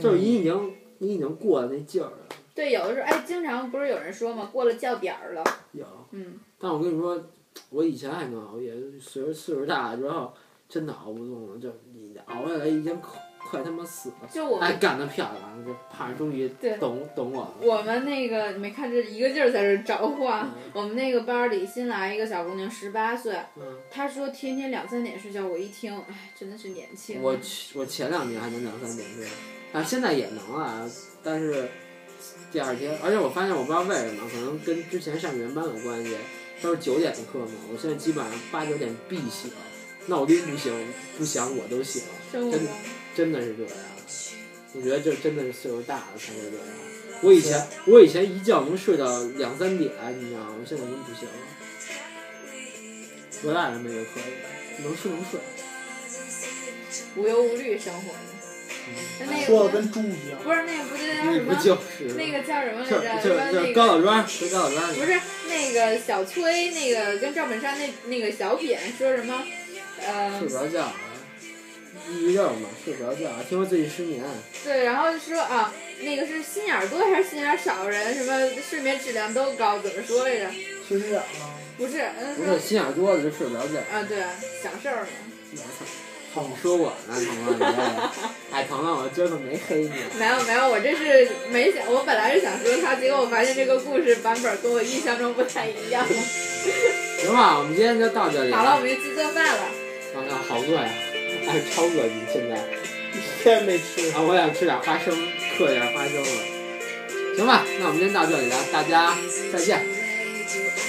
Speaker 2: 就是你已经你已经过了那劲儿了。
Speaker 4: 对，有的时候哎，经常不是有人说嘛，过了觉点儿了，
Speaker 2: 有，
Speaker 4: 嗯，
Speaker 2: 但我跟你说，我以前还能熬夜，随着岁数大了之后，真的熬不动了，就你熬下来已经快快他妈死了。
Speaker 4: 就我们
Speaker 2: 哎，干得漂亮！这胖终于
Speaker 4: 对
Speaker 2: 懂懂我了。
Speaker 4: 我们那个你没看这一个劲儿在这儿找话，我们那个班儿里新来一个小姑娘，十八岁，
Speaker 2: 嗯，
Speaker 4: 她说天天两三点睡觉，我一听，哎，真的是年轻。
Speaker 2: 我去我前两年还能两三点睡，啊，现在也能啊，但是第二天，而且我发现我不知道为什么，可能跟之前上语言班有关系，都是九点的课嘛，我现在基本上八九点必醒，闹铃不醒不响我都醒，
Speaker 4: 生活
Speaker 2: 真
Speaker 4: 中
Speaker 2: 的真的是这样。我觉得这真的是岁数大了才会这样。我以前我以前一觉能睡到两三点，你知道吗？我现在真不行了。我大人们也可以，能睡能睡。
Speaker 4: 无忧无虑生活的，那那
Speaker 3: 说
Speaker 4: 个
Speaker 3: 的
Speaker 4: 不是
Speaker 3: 跟猪一样。
Speaker 4: 不是那个不就叫
Speaker 2: 那
Speaker 4: 什
Speaker 2: 不
Speaker 4: 么？
Speaker 2: (laughs) 就是吗
Speaker 4: 那个叫什么来
Speaker 2: 就
Speaker 4: 着？
Speaker 2: 就
Speaker 4: 说
Speaker 2: 就
Speaker 4: 那
Speaker 2: 是
Speaker 4: 个
Speaker 2: 高老庄，是高老庄。
Speaker 4: 不是那个小崔，那个跟赵本山那那个小扁说什么？呃
Speaker 2: 睡不，着觉啊，抑郁症嘛，睡不着觉啊。听说最近失眠，
Speaker 4: 对，然后就说啊，那个是心眼儿多还是心眼儿少人，什么睡眠质量都高，怎么说来着？
Speaker 3: 其实啊， (laughs)
Speaker 4: 不是，嗯，
Speaker 2: 不
Speaker 4: 说
Speaker 2: 是心眼多了就睡不着觉。
Speaker 4: 啊，对，享受嘛。
Speaker 2: 好说我呢，疼疼你！哎，疼疼，我今儿可没黑你。啊
Speaker 4: 没有没有，我这是没想，我本来是想说他，结果我发现这个故事版本跟我印象中不太一样。
Speaker 2: 行吧，我们今天就到这里。
Speaker 4: 好了，我们就去做饭了。
Speaker 2: 我操，好饿呀！哎，超饿你现在。
Speaker 3: 一天没吃。
Speaker 2: 啊，我想吃点花生，嗑点花生了。行吧，那我们今天到这里了，大家再见。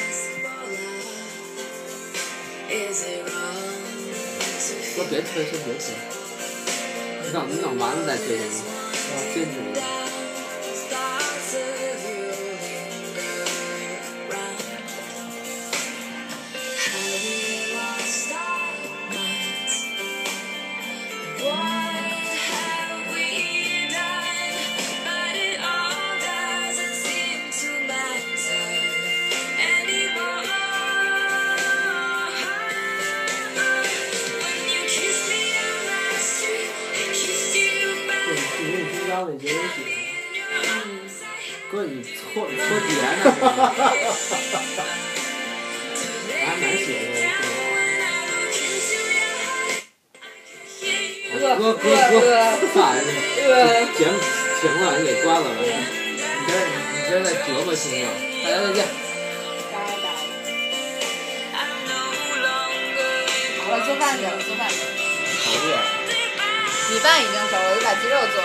Speaker 2: 说别推，先别推。你等你等完了再推行吗？我坚持一下。对，你用金刚那结尾曲。哥，你搓你搓碟 (laughs) 呢？还蛮写的这个。哥哥哥，算了，节目停了，你给关了吧。你这你这在折磨听众，大哎家再见。
Speaker 4: 拜拜。好了，做饭去了，做饭去了。
Speaker 2: 好热。啊
Speaker 4: 米饭已经熟了，我就把鸡肉做了。